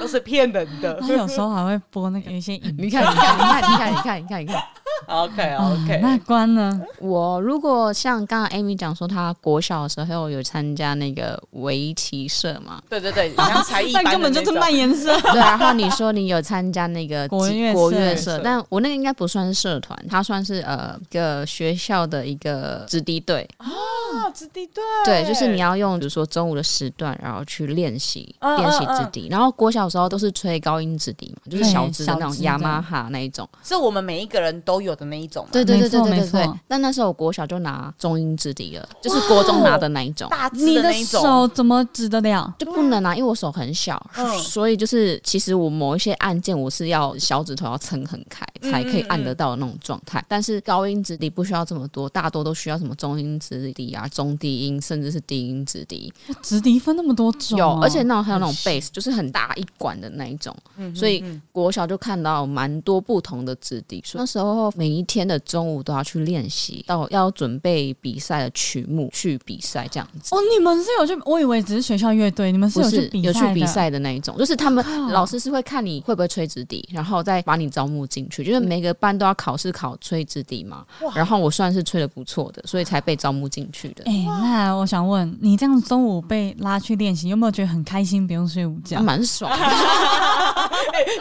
[SPEAKER 2] 都是骗人的
[SPEAKER 1] 他。有时候还会播那个有一些影片。
[SPEAKER 3] *laughs* 你看，你看，你看，你看，你看，你看。 *laughs*
[SPEAKER 2] OK
[SPEAKER 1] 啊
[SPEAKER 2] OK，、，
[SPEAKER 1] 那关呢？
[SPEAKER 3] 我如果像刚刚 Amy 讲说，她国小的时候有参加那个围棋社嘛 *laughs*
[SPEAKER 2] 对对对，像才艺班的
[SPEAKER 1] 根本
[SPEAKER 2] 那
[SPEAKER 1] 就是
[SPEAKER 2] 种
[SPEAKER 1] 蔓延社。
[SPEAKER 3] 对，啊然后你说你有参加那个
[SPEAKER 1] 国
[SPEAKER 3] 几
[SPEAKER 1] 乐社
[SPEAKER 3] 国乐社
[SPEAKER 2] 社，
[SPEAKER 3] 但我那个应该不算是社团，它算是呃一个学校的一个子弟队，
[SPEAKER 2] 啊，子弟队，
[SPEAKER 3] 对，就是你要用比如说中午的时段，然后去练习
[SPEAKER 2] 嗯
[SPEAKER 3] 练习
[SPEAKER 2] 嗯
[SPEAKER 3] 直
[SPEAKER 2] 嗯
[SPEAKER 3] 笛，然后国小的时候都是吹高音直笛嘛，就是
[SPEAKER 1] 对
[SPEAKER 3] 小支的
[SPEAKER 1] 小
[SPEAKER 3] 那种
[SPEAKER 1] 支
[SPEAKER 3] 雅
[SPEAKER 1] 的
[SPEAKER 3] 马哈那一种。
[SPEAKER 2] 是我们每一个人都有的的那一种嘛，
[SPEAKER 3] 对对对对对
[SPEAKER 1] 没
[SPEAKER 3] 对哦
[SPEAKER 1] 错没
[SPEAKER 3] 对
[SPEAKER 1] 错。
[SPEAKER 3] 但那时候我国小就拿中英之敌了，就是国中拿的那一种，
[SPEAKER 2] 哦大
[SPEAKER 1] 你
[SPEAKER 2] 只那一种。
[SPEAKER 1] 手怎么指得了？
[SPEAKER 3] 就不能拿，因为我手很小，
[SPEAKER 2] 嗯
[SPEAKER 3] 所以就是其实我某一些按键我是要小指头要撑很开才可以按得到的那种状态。但是高音质笛不需要这么多，大多都需要什么中音质笛啊、中低音，甚至是低音质笛。
[SPEAKER 1] 直笛分那么多种哦、
[SPEAKER 3] 有，而且那种还有那种 bass，就是很大一管的那一种。所以国小就看到蛮多不同的质地，所以那时候每一天的中午都要去练习，到要准备比赛的曲目去比赛这样子。
[SPEAKER 1] 哦，你们是有去？我以为只是学校乐队，你们是
[SPEAKER 3] 不
[SPEAKER 1] 有去
[SPEAKER 3] 是
[SPEAKER 1] 比
[SPEAKER 3] 有去
[SPEAKER 1] 的
[SPEAKER 3] 比赛的那一种，就是他们
[SPEAKER 1] 靠
[SPEAKER 3] 老师是会看你会不会吹直笛，然后再把你招募进去。就是每个班都要考试考吹直笛嘛，然后我算是吹的不错的，所以才被招募进去的。
[SPEAKER 1] 哎、那我想问你，这样中午被拉去练习，有没有觉得很开心？不用睡午觉
[SPEAKER 3] 还？
[SPEAKER 2] 嗯
[SPEAKER 3] 蛮爽的，
[SPEAKER 2] *laughs*
[SPEAKER 3] *laughs*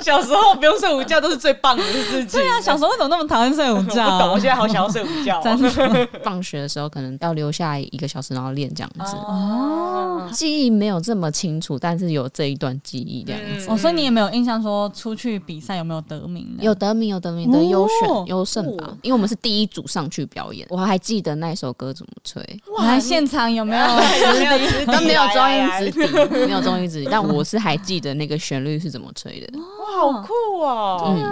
[SPEAKER 2] 小时候不用睡午觉都是最棒的事情。对
[SPEAKER 1] 那啊小时候为什么那么讨厌睡午觉、啊
[SPEAKER 2] 不嗯 *laughs* 懂，我现在好想要睡午
[SPEAKER 1] *laughs*
[SPEAKER 2] 觉哦。
[SPEAKER 1] 真的
[SPEAKER 3] 放学的时候可能要留下一个小时，然后练这样子。
[SPEAKER 2] 嗯
[SPEAKER 1] 哦
[SPEAKER 3] 记忆没有这么清楚，但是有这一段记忆这样子。
[SPEAKER 2] 嗯
[SPEAKER 1] 哦，所以你也没有印象说出去比赛有没有得名的？
[SPEAKER 3] 有得名，有得名的优
[SPEAKER 1] 哦
[SPEAKER 3] 选优胜吧
[SPEAKER 2] 哦，
[SPEAKER 3] 因为我们是第一组上去表演，我还记得那一首歌怎么吹，
[SPEAKER 1] 哇，来现场有没
[SPEAKER 2] *laughs*
[SPEAKER 1] 有？
[SPEAKER 2] 有 *laughs* 没有直
[SPEAKER 1] *laughs*
[SPEAKER 2] 笛？
[SPEAKER 3] 但没有中音
[SPEAKER 2] 来
[SPEAKER 3] 之底，没有中音之底，但我是还记得那个旋律是怎么吹的。
[SPEAKER 2] 哇，好酷哦！
[SPEAKER 3] 嗯，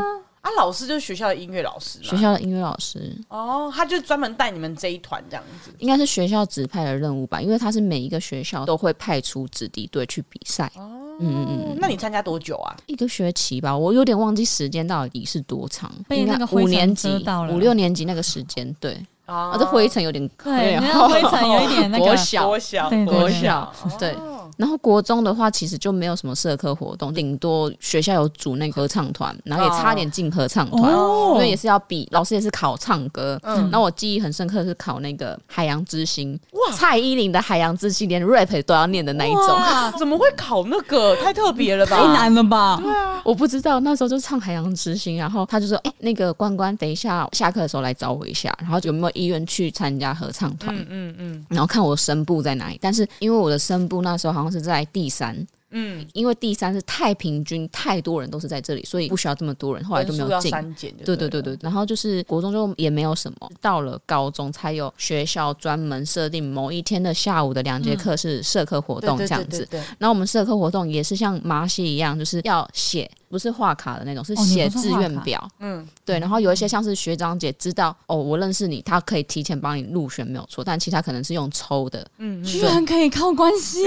[SPEAKER 2] 啊，老师就是学校的音乐老师嘛。
[SPEAKER 3] 学校的音乐老师
[SPEAKER 2] 哦，他就专门带你们这一团这样子。
[SPEAKER 3] 应该是学校指派的任务吧，因为他是每一个学校都会派出子弟队去比赛。
[SPEAKER 1] 哦
[SPEAKER 3] 嗯嗯嗯，
[SPEAKER 2] 哦那你参加多久啊？
[SPEAKER 3] 一个学期吧，我有点忘记时间到底是多长，
[SPEAKER 1] 被
[SPEAKER 3] 应该
[SPEAKER 1] 那个灰
[SPEAKER 3] 五
[SPEAKER 1] 尘
[SPEAKER 3] 年级
[SPEAKER 1] 遮到了
[SPEAKER 3] 五六年级那个时间，对，
[SPEAKER 2] 啊
[SPEAKER 1] 哦
[SPEAKER 3] 啊，这灰尘有点
[SPEAKER 1] 对，
[SPEAKER 3] 然
[SPEAKER 1] 那
[SPEAKER 3] 后
[SPEAKER 1] 个灰尘有一点那个
[SPEAKER 3] *laughs* 国小
[SPEAKER 2] 国。小，
[SPEAKER 1] 对对对
[SPEAKER 3] 国小对
[SPEAKER 2] 哦
[SPEAKER 3] 然后国中的话，其实就没有什么社科活动，顶多学校有组那个合唱团，然后也差点进合唱团，
[SPEAKER 1] 哦
[SPEAKER 3] 因为也是要比老师也是考唱歌。
[SPEAKER 2] 嗯
[SPEAKER 3] 嗯，那我记忆很深刻是考那个《海洋之心》，蔡依林的《海洋之心》连 rap 都要念的那一种。
[SPEAKER 2] 哇，啊怎么会考那个？太特别了吧！
[SPEAKER 1] 太难了吧？
[SPEAKER 2] 啊
[SPEAKER 3] 我不知道，那时候就唱《海洋之心》，然后他就说：“哎、那个关关，等一下下课的时候来找我一下，然后有没有意愿去参加合唱团？”嗯嗯嗯，然后看我声部在哪里。但是因为我的声部那时候好像是在第三，
[SPEAKER 2] 嗯，
[SPEAKER 3] 因为第三是太平均，太多人都是在这里，所以不需要这么多人，后来都没
[SPEAKER 2] 分数
[SPEAKER 3] 有
[SPEAKER 2] 要
[SPEAKER 3] 进。
[SPEAKER 2] 删减就
[SPEAKER 3] 对
[SPEAKER 2] 对
[SPEAKER 3] 对
[SPEAKER 2] 了
[SPEAKER 3] 对对，然后就是国中就也没有什么，到了高中才有学校专门设定某一天的下午的两节课是社科活动
[SPEAKER 2] 对
[SPEAKER 3] 这样
[SPEAKER 2] 嗯对
[SPEAKER 3] 子
[SPEAKER 2] 对，对对
[SPEAKER 3] 然后我们社科活动也是像麻戏一样，就是要写，不是画卡的那种，是
[SPEAKER 2] 哦
[SPEAKER 1] 你不是
[SPEAKER 3] 写
[SPEAKER 1] 画
[SPEAKER 3] 志愿
[SPEAKER 1] 卡
[SPEAKER 3] 表。
[SPEAKER 2] 嗯，
[SPEAKER 3] 对，然后有一些像是学长姐知道哦，我认识你，他可以提前帮你入选没有错，但其他可能是用抽的，
[SPEAKER 2] 嗯
[SPEAKER 1] 居然可以靠关系，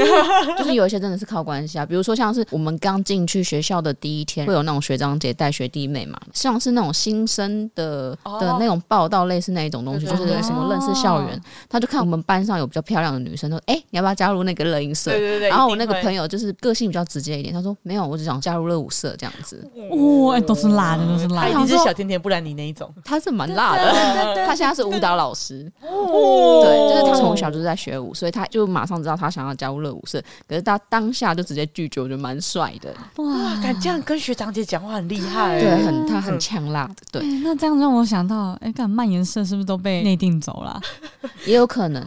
[SPEAKER 3] 就是有一些真的是靠关系啊。比如说像是我们刚进去学校的第一天，会有那种学长姐带学弟妹嘛，像是那种新生的的那种报道，类似那一种东西，
[SPEAKER 2] 哦对对
[SPEAKER 3] 就是
[SPEAKER 2] 对哦
[SPEAKER 3] 什么认识校园，他就看我们班上有比较漂亮的女生，说哎、你要不要加入那个乐音社？
[SPEAKER 2] 对对对。
[SPEAKER 3] 然后我那个朋
[SPEAKER 2] 友，
[SPEAKER 3] 友就是个性比较直接一点，他说没有，我只想加入热舞社这样子。
[SPEAKER 2] 嗯
[SPEAKER 1] 哇、哎都是辣的，都是辣
[SPEAKER 2] 他一
[SPEAKER 1] 的。
[SPEAKER 2] 定是小甜甜布兰妮那一种。
[SPEAKER 3] 他是蛮辣的，他现在是舞蹈老师，
[SPEAKER 2] 哦
[SPEAKER 3] 哦对，就是他从小就是在学舞，所以他就马上知道他想要加入热舞社。可是他当下就直接拒绝，我觉得蛮帅的，
[SPEAKER 1] 哇，
[SPEAKER 2] 敢这样跟学长姐讲话很厉害，
[SPEAKER 3] 对，很他很呛辣的，对，
[SPEAKER 1] 哎那这样让我想到，哎、干蔓延社是不是都被内定走了啊、
[SPEAKER 3] 也有可能。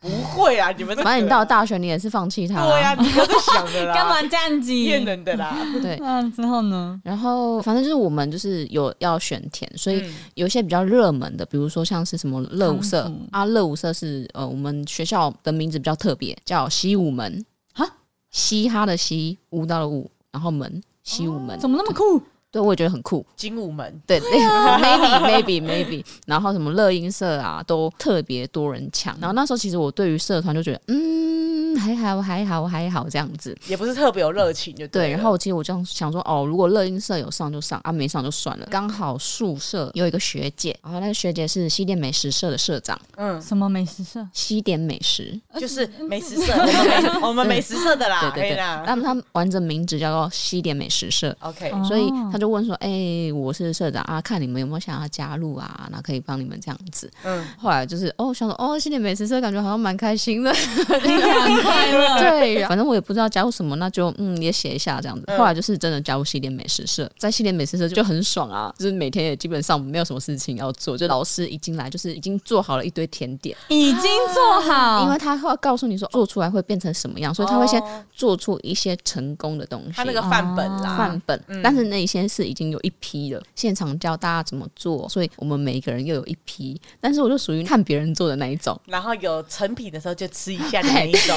[SPEAKER 2] 不会啊，你们这
[SPEAKER 3] 反正你
[SPEAKER 2] 个
[SPEAKER 3] 到啊大学你也是放弃他
[SPEAKER 2] 对呀，
[SPEAKER 3] 啦，
[SPEAKER 2] 你不要再想
[SPEAKER 3] *laughs*
[SPEAKER 2] 的啦，
[SPEAKER 1] 干嘛这样子？
[SPEAKER 2] *laughs* 骗人啊的啦？
[SPEAKER 3] 对。
[SPEAKER 1] 那之后呢？
[SPEAKER 3] 然后反正就是我们就是有要选填，所以
[SPEAKER 2] 嗯
[SPEAKER 3] 有一些比较热门的，比如说像是什么热舞社
[SPEAKER 1] 康复
[SPEAKER 3] 啊，热舞社是呃我们学校的名字比较特别，叫西舞门
[SPEAKER 1] 哈，
[SPEAKER 3] 嘻哈的嘻，舞蹈的舞，然后门西舞门，
[SPEAKER 1] 怎么那么酷？
[SPEAKER 3] 对我也觉得很酷，
[SPEAKER 2] 精武门 *laughs*
[SPEAKER 3] 对、m a y b e maybe maybe，然后什么乐音社啊都特别多人抢，然后那时候其实我对于社团就觉得嗯还好还好还好这样子，
[SPEAKER 2] 也不是特别有热情，就
[SPEAKER 3] 对，
[SPEAKER 2] 了
[SPEAKER 3] 然后我其实我这样想说，哦，如果乐音社有上就上，啊没上就算了。刚好宿舍有一个学姐，然后那个学姐是西点美食社的社长，
[SPEAKER 2] 嗯，
[SPEAKER 1] 什么美食社？
[SPEAKER 3] 西点美食，
[SPEAKER 2] 就是美食社，我们美
[SPEAKER 3] *laughs*
[SPEAKER 2] 我们美食社的啦，
[SPEAKER 3] 对
[SPEAKER 2] 啊可以
[SPEAKER 3] 对对，
[SPEAKER 2] 啦
[SPEAKER 3] 那么她完整名字叫做西点美食社。
[SPEAKER 2] ，OK，
[SPEAKER 1] 哦
[SPEAKER 3] 所以她就问说：“哎、我是社长啊，看你们有没有想要加入啊？那可以帮你们这样子。
[SPEAKER 2] 嗯”，
[SPEAKER 3] *laughs* 后来就是哦，想说哦，西点美食社感觉好像蛮开心的，
[SPEAKER 1] *laughs* 可以这样快
[SPEAKER 3] *laughs*
[SPEAKER 1] 乐。
[SPEAKER 3] 对，反正我也不知道加入什么，那就嗯也写一下这样子。后来就是真的加入西点美食社，在西点美食社就很爽啊，就是每天也基本上没有什么事情要做，就老师一进来就是已经做好了一堆甜点，
[SPEAKER 1] 已经做好，
[SPEAKER 3] 因为他会告诉你说做出来会变成什么样，所以他会先
[SPEAKER 2] 哦
[SPEAKER 3] 做出一些啊成功的东西。
[SPEAKER 2] 他那个范本啦，
[SPEAKER 3] 范本，但是那些是已经有一批了，现场教大家怎么做，所以我们每一个人又有一批。但是我就属于看别人做的那一种，
[SPEAKER 2] 然后有成品的时候就吃一下的那一
[SPEAKER 3] *laughs*
[SPEAKER 2] 种。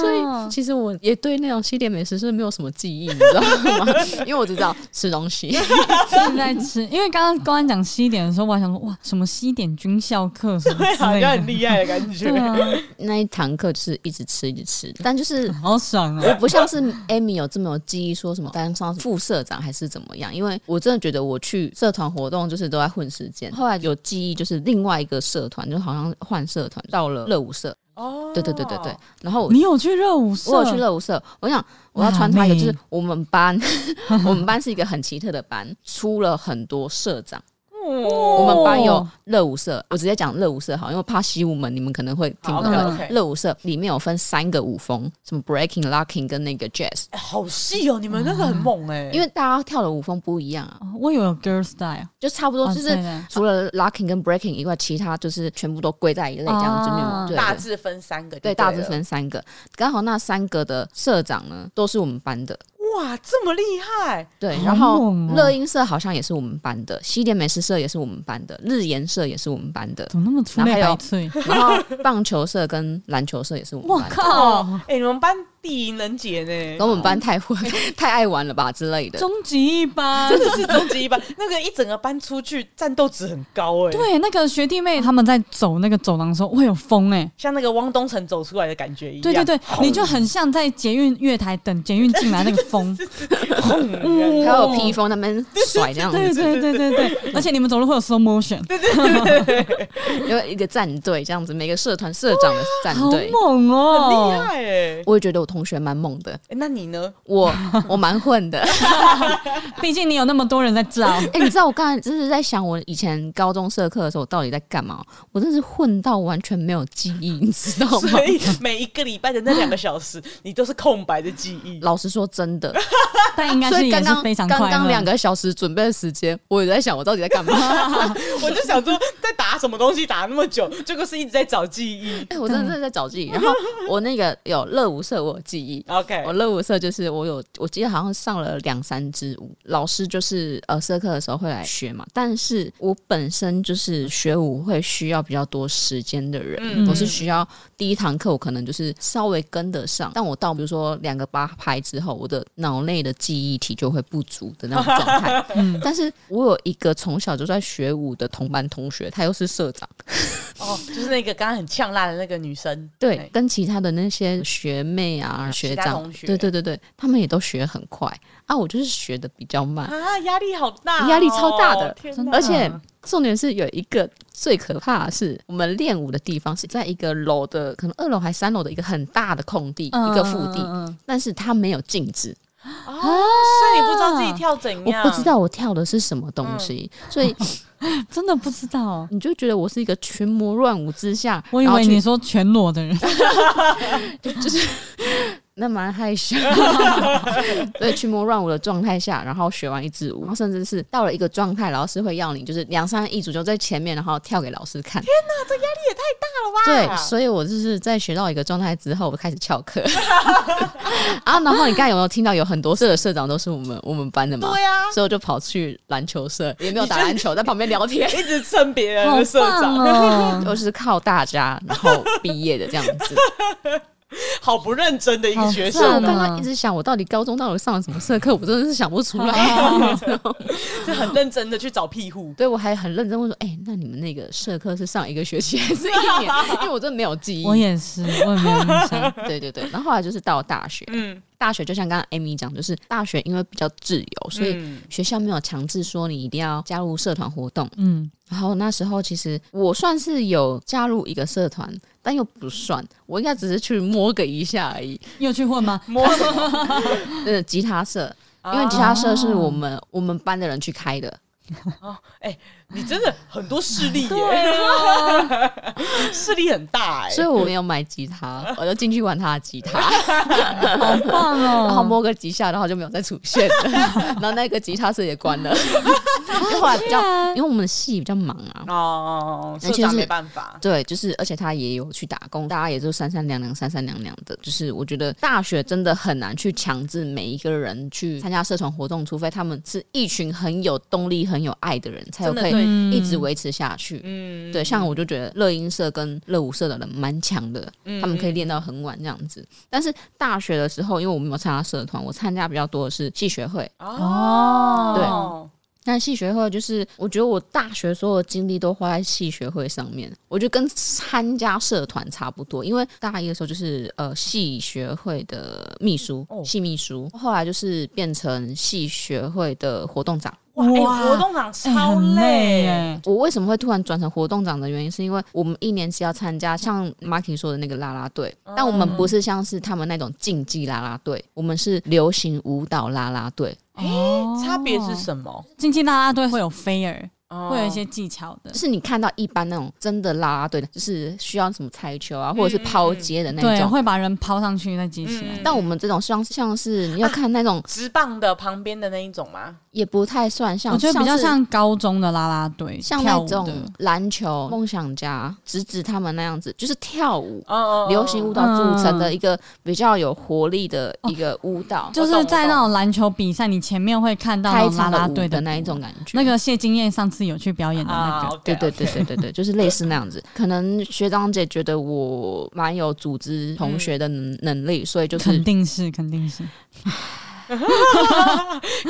[SPEAKER 3] 所以其实我也对那种西点美食是没有什么记忆，你知道 *laughs* 吗？因为我只知道吃东西，
[SPEAKER 1] 正在吃。因为刚刚公安讲西点的时候，我还想说哇，什么西点军校课什么
[SPEAKER 2] *laughs* 对，
[SPEAKER 1] 之
[SPEAKER 2] 好
[SPEAKER 1] 类
[SPEAKER 2] 像很
[SPEAKER 1] 的，
[SPEAKER 2] 厉害的感
[SPEAKER 3] *laughs*
[SPEAKER 2] 觉
[SPEAKER 1] 对。啊，
[SPEAKER 3] 那一堂课就是一直吃一直吃，但就是。
[SPEAKER 1] 好爽
[SPEAKER 3] 我
[SPEAKER 1] 啊！
[SPEAKER 3] 不像是 Amy 有这么有记忆，说什么当上副社长还是怎么样？因为我真的觉得我去社团活动就是都在混时间。后来有记忆就是另外一个社团，就好像换社团到了热舞社，
[SPEAKER 2] 哦
[SPEAKER 3] 对对对对对，。然后我
[SPEAKER 1] 你有去热舞社？
[SPEAKER 3] 我有去热舞社，我想我要
[SPEAKER 1] 辣
[SPEAKER 3] 穿插一个，就是
[SPEAKER 1] 妹
[SPEAKER 3] 我们班， *laughs* 我们班是一个很奇特的班，出了很多社长。
[SPEAKER 1] 哦
[SPEAKER 3] 我们班有热舞社，我直接讲热舞社好，因为我怕西舞门你们可能会听
[SPEAKER 1] 哦
[SPEAKER 2] 好
[SPEAKER 3] 不
[SPEAKER 2] OK，OK
[SPEAKER 3] 懂。热舞社里面有分三个舞风，什么 breaking、locking 跟那个 jazz，
[SPEAKER 2] 哎好细哦，你们那个很猛哎，
[SPEAKER 3] 嗯因为大家跳的舞风不一样啊，
[SPEAKER 1] 哦，我以为有 girl style，
[SPEAKER 3] 就差不多
[SPEAKER 1] 哦
[SPEAKER 3] 就
[SPEAKER 1] 对
[SPEAKER 3] 是
[SPEAKER 1] 对
[SPEAKER 3] 除了 locking 跟 breaking 以外，其他就是全部都归在一类这样子，没
[SPEAKER 1] 啊
[SPEAKER 3] 有对
[SPEAKER 2] 大
[SPEAKER 3] 对
[SPEAKER 2] 致分三个就
[SPEAKER 3] 对
[SPEAKER 2] 对，
[SPEAKER 3] 大致。分三个，刚好那三个的社长呢都是我们班的。
[SPEAKER 2] 哇，这么厉害！
[SPEAKER 3] 对，
[SPEAKER 1] 好
[SPEAKER 3] 然后
[SPEAKER 1] 猛哦
[SPEAKER 3] 乐音社好像也是我们班的，西点美食社也是我们班的，日研社也是我们班的，
[SPEAKER 1] 怎么那么出类
[SPEAKER 3] 然后还
[SPEAKER 1] 百
[SPEAKER 3] 有
[SPEAKER 1] 萃？
[SPEAKER 3] *laughs* 然后棒球社跟篮球社也是我
[SPEAKER 1] 我
[SPEAKER 3] 们班的。
[SPEAKER 1] 靠！
[SPEAKER 2] 哎，你们班地灵人杰呢？
[SPEAKER 3] 跟我们班太混、
[SPEAKER 1] 哎
[SPEAKER 3] *laughs* 太爱玩了吧之类的。
[SPEAKER 1] 终极一班。
[SPEAKER 2] 真的是终极一班， *laughs* 那个一整个班出去战斗值很高哎、，
[SPEAKER 1] 对，那个学弟妹他们在走那个走廊的时候会有风哎、
[SPEAKER 2] 像那个汪东城走出来的感觉一样。
[SPEAKER 1] 对对对，你就很像在捷运月台等捷运进来那个
[SPEAKER 2] *laughs*
[SPEAKER 1] 风，
[SPEAKER 2] 轰，
[SPEAKER 3] 还有披风那边甩这样
[SPEAKER 1] 对
[SPEAKER 3] 子，
[SPEAKER 1] 对对对对，而且你们走路会有 slow motion，
[SPEAKER 3] 有一个战队这样子，每个社团社长的战
[SPEAKER 1] 好
[SPEAKER 3] 队。
[SPEAKER 1] 猛
[SPEAKER 2] 很厉
[SPEAKER 1] 哦、
[SPEAKER 2] 害哎、欸
[SPEAKER 3] 我也觉得我同学蛮猛的，
[SPEAKER 2] 那你呢？
[SPEAKER 3] 我 *laughs* 我蛮
[SPEAKER 1] *laughs*
[SPEAKER 3] 混的。
[SPEAKER 1] 毕竟你有那么多人在照，
[SPEAKER 3] 哎、你知道我刚才就是在想，我以前高中社课的时候，我到底在干嘛？我真是混到完全没有记忆，你知道吗？
[SPEAKER 2] 所以每一个礼拜的那两个小时，你都是空白的记忆。 *laughs*
[SPEAKER 3] 老实说，真的，
[SPEAKER 1] 但应该
[SPEAKER 3] 所
[SPEAKER 1] 是
[SPEAKER 3] 以
[SPEAKER 1] 也
[SPEAKER 3] 刚
[SPEAKER 1] 是
[SPEAKER 3] 刚
[SPEAKER 1] 非常
[SPEAKER 3] 刚
[SPEAKER 1] 快
[SPEAKER 3] 刚两
[SPEAKER 1] 乐。
[SPEAKER 3] 个小时准备的时间，我也在想我到底在
[SPEAKER 1] *laughs*
[SPEAKER 3] 干嘛。
[SPEAKER 2] 我就想说，在打什么东西打那么久，结果是一直在找记忆。
[SPEAKER 3] 哎、我真的是在找记忆。然后我那个有乐舞社，我有记忆。
[SPEAKER 2] OK，
[SPEAKER 3] 我乐舞社就是我有，我记得好像上了两三支舞，老师就是呃社课的时候会来学嘛。但是我本身就是学舞会需要比较多时间的人，
[SPEAKER 2] 嗯
[SPEAKER 3] 我是需要第一堂课我可能就是稍微跟得上，但我到比如说两个八拍之后，我的脑内的记忆体就会不足的那种状
[SPEAKER 2] *laughs*
[SPEAKER 3] 态。但是我有一个从小就在学舞的同班同学，他又是社长，
[SPEAKER 2] 哦，就是那个刚刚很呛辣的那个女生。
[SPEAKER 3] 对，跟其他的那些学妹啊、学
[SPEAKER 2] 其他
[SPEAKER 3] 长
[SPEAKER 2] 同，学
[SPEAKER 3] 对对对对，他们也都学很快啊，我就是学的比较慢，
[SPEAKER 2] 啊，压力好大哦、
[SPEAKER 3] 压力超大的
[SPEAKER 2] 天
[SPEAKER 1] 真
[SPEAKER 2] 哪
[SPEAKER 1] 的
[SPEAKER 3] 而且重点是有一个最可怕的是，我们练舞的地方是在一个楼的，可能二楼还三楼的一个很大的空地，一个腹地，
[SPEAKER 1] 嗯嗯嗯
[SPEAKER 3] 但是它没有静止，
[SPEAKER 2] 啊，所以你不知道自己跳怎
[SPEAKER 3] 我
[SPEAKER 2] 样，
[SPEAKER 3] 不知道我跳的是什么东西，所以
[SPEAKER 1] 嗯真的不知道。
[SPEAKER 3] 你就觉得我是一个群魔乱舞之下，
[SPEAKER 1] 我以
[SPEAKER 3] 然后
[SPEAKER 1] 为
[SPEAKER 3] 去
[SPEAKER 1] 你说全裸的人，
[SPEAKER 3] *laughs* 那蛮害 *laughs* 羞，对，群魔乱舞的状态下，然后学完一支舞，然后甚至是到了一个状态，老师会要你就是两三一组就在前面，然后跳给老师看。天哪，这压力也太大了吧！对，所以我就是在学到一个状态之后，我开始翘课。 *laughs* 啊，然后你刚才有没有听到有很多社的社长都是我们我们班的嘛？
[SPEAKER 2] 对啊
[SPEAKER 3] 所以我就跑去篮球社，也没有打篮球，在旁边聊 *laughs* 天。
[SPEAKER 2] 一直蹭别人
[SPEAKER 1] 好
[SPEAKER 2] 呃的社长
[SPEAKER 1] 棒，哦、
[SPEAKER 3] 都是靠大家然后毕业的这样子。
[SPEAKER 2] 好不认真的一个学
[SPEAKER 3] 所以我
[SPEAKER 1] 好
[SPEAKER 2] 生
[SPEAKER 1] 赞
[SPEAKER 2] 哦，
[SPEAKER 1] 哦
[SPEAKER 3] 刚刚一直想，我到底高中到底上了什么社课，我真的是想不出
[SPEAKER 1] 嗯
[SPEAKER 3] 来。
[SPEAKER 2] 就很认真的去找庇护。
[SPEAKER 3] 对，我还很认真问说，哎、那你们那个社课是上一个学期还是一
[SPEAKER 1] *laughs*
[SPEAKER 3] 年？因为我真的没有记忆。
[SPEAKER 1] 我也是，我也没有印象。
[SPEAKER 3] 对对对，然后后来就是到了大学，
[SPEAKER 2] 嗯
[SPEAKER 3] 大学就像刚刚 Amy 讲，就是大学因为比较自由，所以
[SPEAKER 2] 嗯
[SPEAKER 3] 学校没有强制说你一定要加入社团活动。
[SPEAKER 1] 嗯，
[SPEAKER 3] 然后那时候其实我算是有加入一个社团，但又不算，我应该只是去摸个一下而
[SPEAKER 1] *laughs*
[SPEAKER 3] 已。
[SPEAKER 1] 你有去混吗？
[SPEAKER 3] *laughs*
[SPEAKER 2] 摸啊什么
[SPEAKER 3] 呃，吉
[SPEAKER 1] 哦
[SPEAKER 3] 他社，因为吉他社是我们、我们班的人去开的，
[SPEAKER 2] 哦，哎、你真的很多势力耶，
[SPEAKER 1] 对啊，
[SPEAKER 2] 势力很大哎。
[SPEAKER 3] 所以我没有买吉他， *laughs* 我就进去玩他的吉他，
[SPEAKER 1] 啊好棒
[SPEAKER 3] 然后
[SPEAKER 1] 哦！
[SPEAKER 3] 摸个几下，然后就没有再出现 *laughs* 了。然后那个吉他社也关 *laughs* 了，因为后来比较，因为我们系比较忙啊。
[SPEAKER 2] 哦，社
[SPEAKER 3] 而且
[SPEAKER 2] 长
[SPEAKER 3] 是
[SPEAKER 2] 没办法，
[SPEAKER 3] 对，就是，而且他也有去打工，大家也就三三两两、三三两两的。就是我觉得大学真的很难去强制每一个人去参加社团活动，除非他们是一群很有动力、很有爱的人，才有
[SPEAKER 2] 真的
[SPEAKER 3] 可以
[SPEAKER 2] 对
[SPEAKER 3] 一直维持下去。
[SPEAKER 2] 嗯
[SPEAKER 3] 对，像我就觉得乐音社跟乐舞社的人蛮强的，
[SPEAKER 2] 嗯
[SPEAKER 3] 他们可以练到很晚这样子。但是大学的时候，因为我没有参加社团，我参加比较多的是系学会。
[SPEAKER 2] 哦，
[SPEAKER 3] 但系学会就是，我觉得我大学所有的精力都花在系学会上面，我觉得跟参加社团差不多。因为大一的时候就是呃系学会的秘书，
[SPEAKER 2] 哦
[SPEAKER 3] 系秘书，后来就是变成系学会的活动长。
[SPEAKER 2] 哇，哎
[SPEAKER 1] 哇
[SPEAKER 2] 活动场
[SPEAKER 1] 哎
[SPEAKER 2] 超
[SPEAKER 1] 很
[SPEAKER 2] 累
[SPEAKER 1] 累
[SPEAKER 2] 耶，
[SPEAKER 1] 耶，
[SPEAKER 3] 我为什么会突然转成活动长的原因，是因为我们一年级要参加像 Marky 说的那个啦啦队，但我们不是像是他们那种竞技啦啦队，我们是流行舞蹈啦啦队，
[SPEAKER 1] 哦
[SPEAKER 2] 差别是什么？
[SPEAKER 1] 经济哦大拉队会有飞儿，
[SPEAKER 2] 哦
[SPEAKER 1] 会有一些技巧的
[SPEAKER 3] 就，是你看到一般那种真的啦啦队的，就是需要什么拆球啊，或者是抛接的那
[SPEAKER 1] 对，
[SPEAKER 3] 种。
[SPEAKER 1] 会把人抛上去再接
[SPEAKER 2] 嗯
[SPEAKER 1] 起来。
[SPEAKER 3] 但我们这种像像是你要看那种、
[SPEAKER 2] 直棒的旁边的那一种吗？
[SPEAKER 3] 也不太算像，
[SPEAKER 1] 我觉得比较
[SPEAKER 3] 是
[SPEAKER 1] 像高中的啦啦队，
[SPEAKER 3] 像
[SPEAKER 1] 跳
[SPEAKER 3] 那
[SPEAKER 1] 舞
[SPEAKER 3] 种
[SPEAKER 1] 的
[SPEAKER 3] 篮球梦想家、直指他们那样子，就是跳舞。
[SPEAKER 2] 哦哦，哦
[SPEAKER 3] 流行舞蹈组
[SPEAKER 1] 嗯
[SPEAKER 3] 成的一个比较有活力的一个舞蹈，
[SPEAKER 1] 就是在那种篮球比赛，你前面会看到
[SPEAKER 3] 开
[SPEAKER 1] 那种啦
[SPEAKER 3] 场
[SPEAKER 1] 啦
[SPEAKER 3] 的
[SPEAKER 1] 队
[SPEAKER 3] 舞的
[SPEAKER 1] 舞
[SPEAKER 3] 那一，种感觉。
[SPEAKER 1] 那个谢金燕上次有去表演的那
[SPEAKER 2] 啊
[SPEAKER 1] 个，，
[SPEAKER 3] 对对
[SPEAKER 2] OK，OK
[SPEAKER 3] 对对对对，就是类似那样子。可能学长姐觉得我蛮有组织同学的能能力，所以就是
[SPEAKER 1] 肯定是肯定是。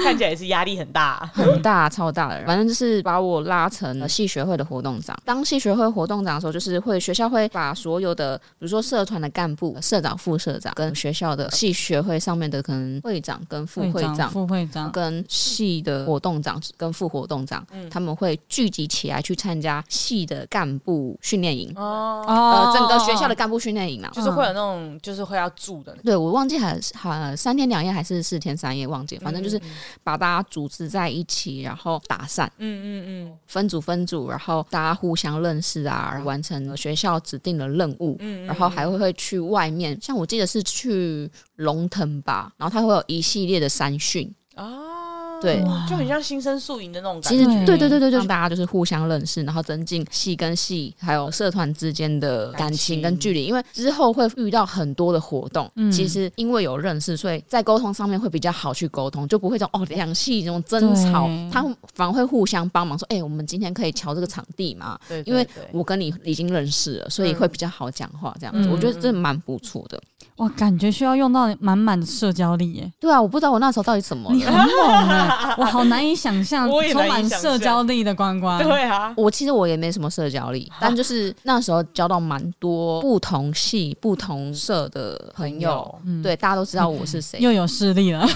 [SPEAKER 2] 看起来也是压力很大。
[SPEAKER 3] 很大超大的人，反正就是把我拉成了系学会的活动长。当系学会活动长的时候，就是会学校会把所有的，比如说社团的干部、社长、副社长，跟学校的系学会上面的可能会长跟副会长。
[SPEAKER 1] 副会长，
[SPEAKER 3] 跟系的活动长跟副活动长，他们会聚集起来去参加系的干部训练营，
[SPEAKER 2] 哦，
[SPEAKER 3] 呃，整个学校的干部训练营啊。
[SPEAKER 2] 就是会有那种，就是会要住的，
[SPEAKER 3] 对，我忘记还是还三天两夜还是四天三夜，忘记，反正就是
[SPEAKER 2] 嗯
[SPEAKER 3] 把大家组织在一起，然后打散，
[SPEAKER 2] 嗯嗯嗯，
[SPEAKER 3] 分组分组，然后大家互相认识啊，完成学校指定的任务，
[SPEAKER 2] 嗯
[SPEAKER 3] 然后还会会去外面，像我记得是去龙腾吧，然后他会有一系列的山训，
[SPEAKER 1] 嗯
[SPEAKER 2] 啊，
[SPEAKER 3] 对
[SPEAKER 1] 哇
[SPEAKER 2] 就很像新生宿营的那种感
[SPEAKER 3] 其
[SPEAKER 2] 觉。
[SPEAKER 3] 实
[SPEAKER 1] 对
[SPEAKER 3] 对对对对对，大家就是互相认识，然后增进系跟系还有社团之间的感情跟距离，因为之后会遇到很多的活动，其实因为有认识，所以在沟通上面会比较好去沟通，就不会这种哦两系这种争吵
[SPEAKER 1] 对，
[SPEAKER 3] 他们反而会互相帮忙说，哎、我们今天可以瞧这个场地嘛，
[SPEAKER 2] 对，
[SPEAKER 3] 因为
[SPEAKER 2] 对对
[SPEAKER 3] 我跟你已经认识了，所以会比较好讲话这样子，
[SPEAKER 1] 嗯
[SPEAKER 3] 我觉得这蛮不错的。
[SPEAKER 1] 哇，感觉需要用到满满的社交力
[SPEAKER 2] *laughs*
[SPEAKER 1] 耶！
[SPEAKER 3] 对啊，我不知道我那时候到底怎么
[SPEAKER 1] 你
[SPEAKER 3] 了。
[SPEAKER 1] 很猛哎，我好难以想象，
[SPEAKER 2] 我也难
[SPEAKER 1] 充
[SPEAKER 2] 以
[SPEAKER 1] 满
[SPEAKER 2] 想
[SPEAKER 1] 社交力的关关。
[SPEAKER 2] 对啊，
[SPEAKER 3] 我其实我也没什么社交力，但就是那时候交到蛮多不同系、不同社的朋友，
[SPEAKER 1] 嗯
[SPEAKER 3] 对，大家都知道我是谁。
[SPEAKER 1] 又有势力
[SPEAKER 3] *laughs*
[SPEAKER 1] 了，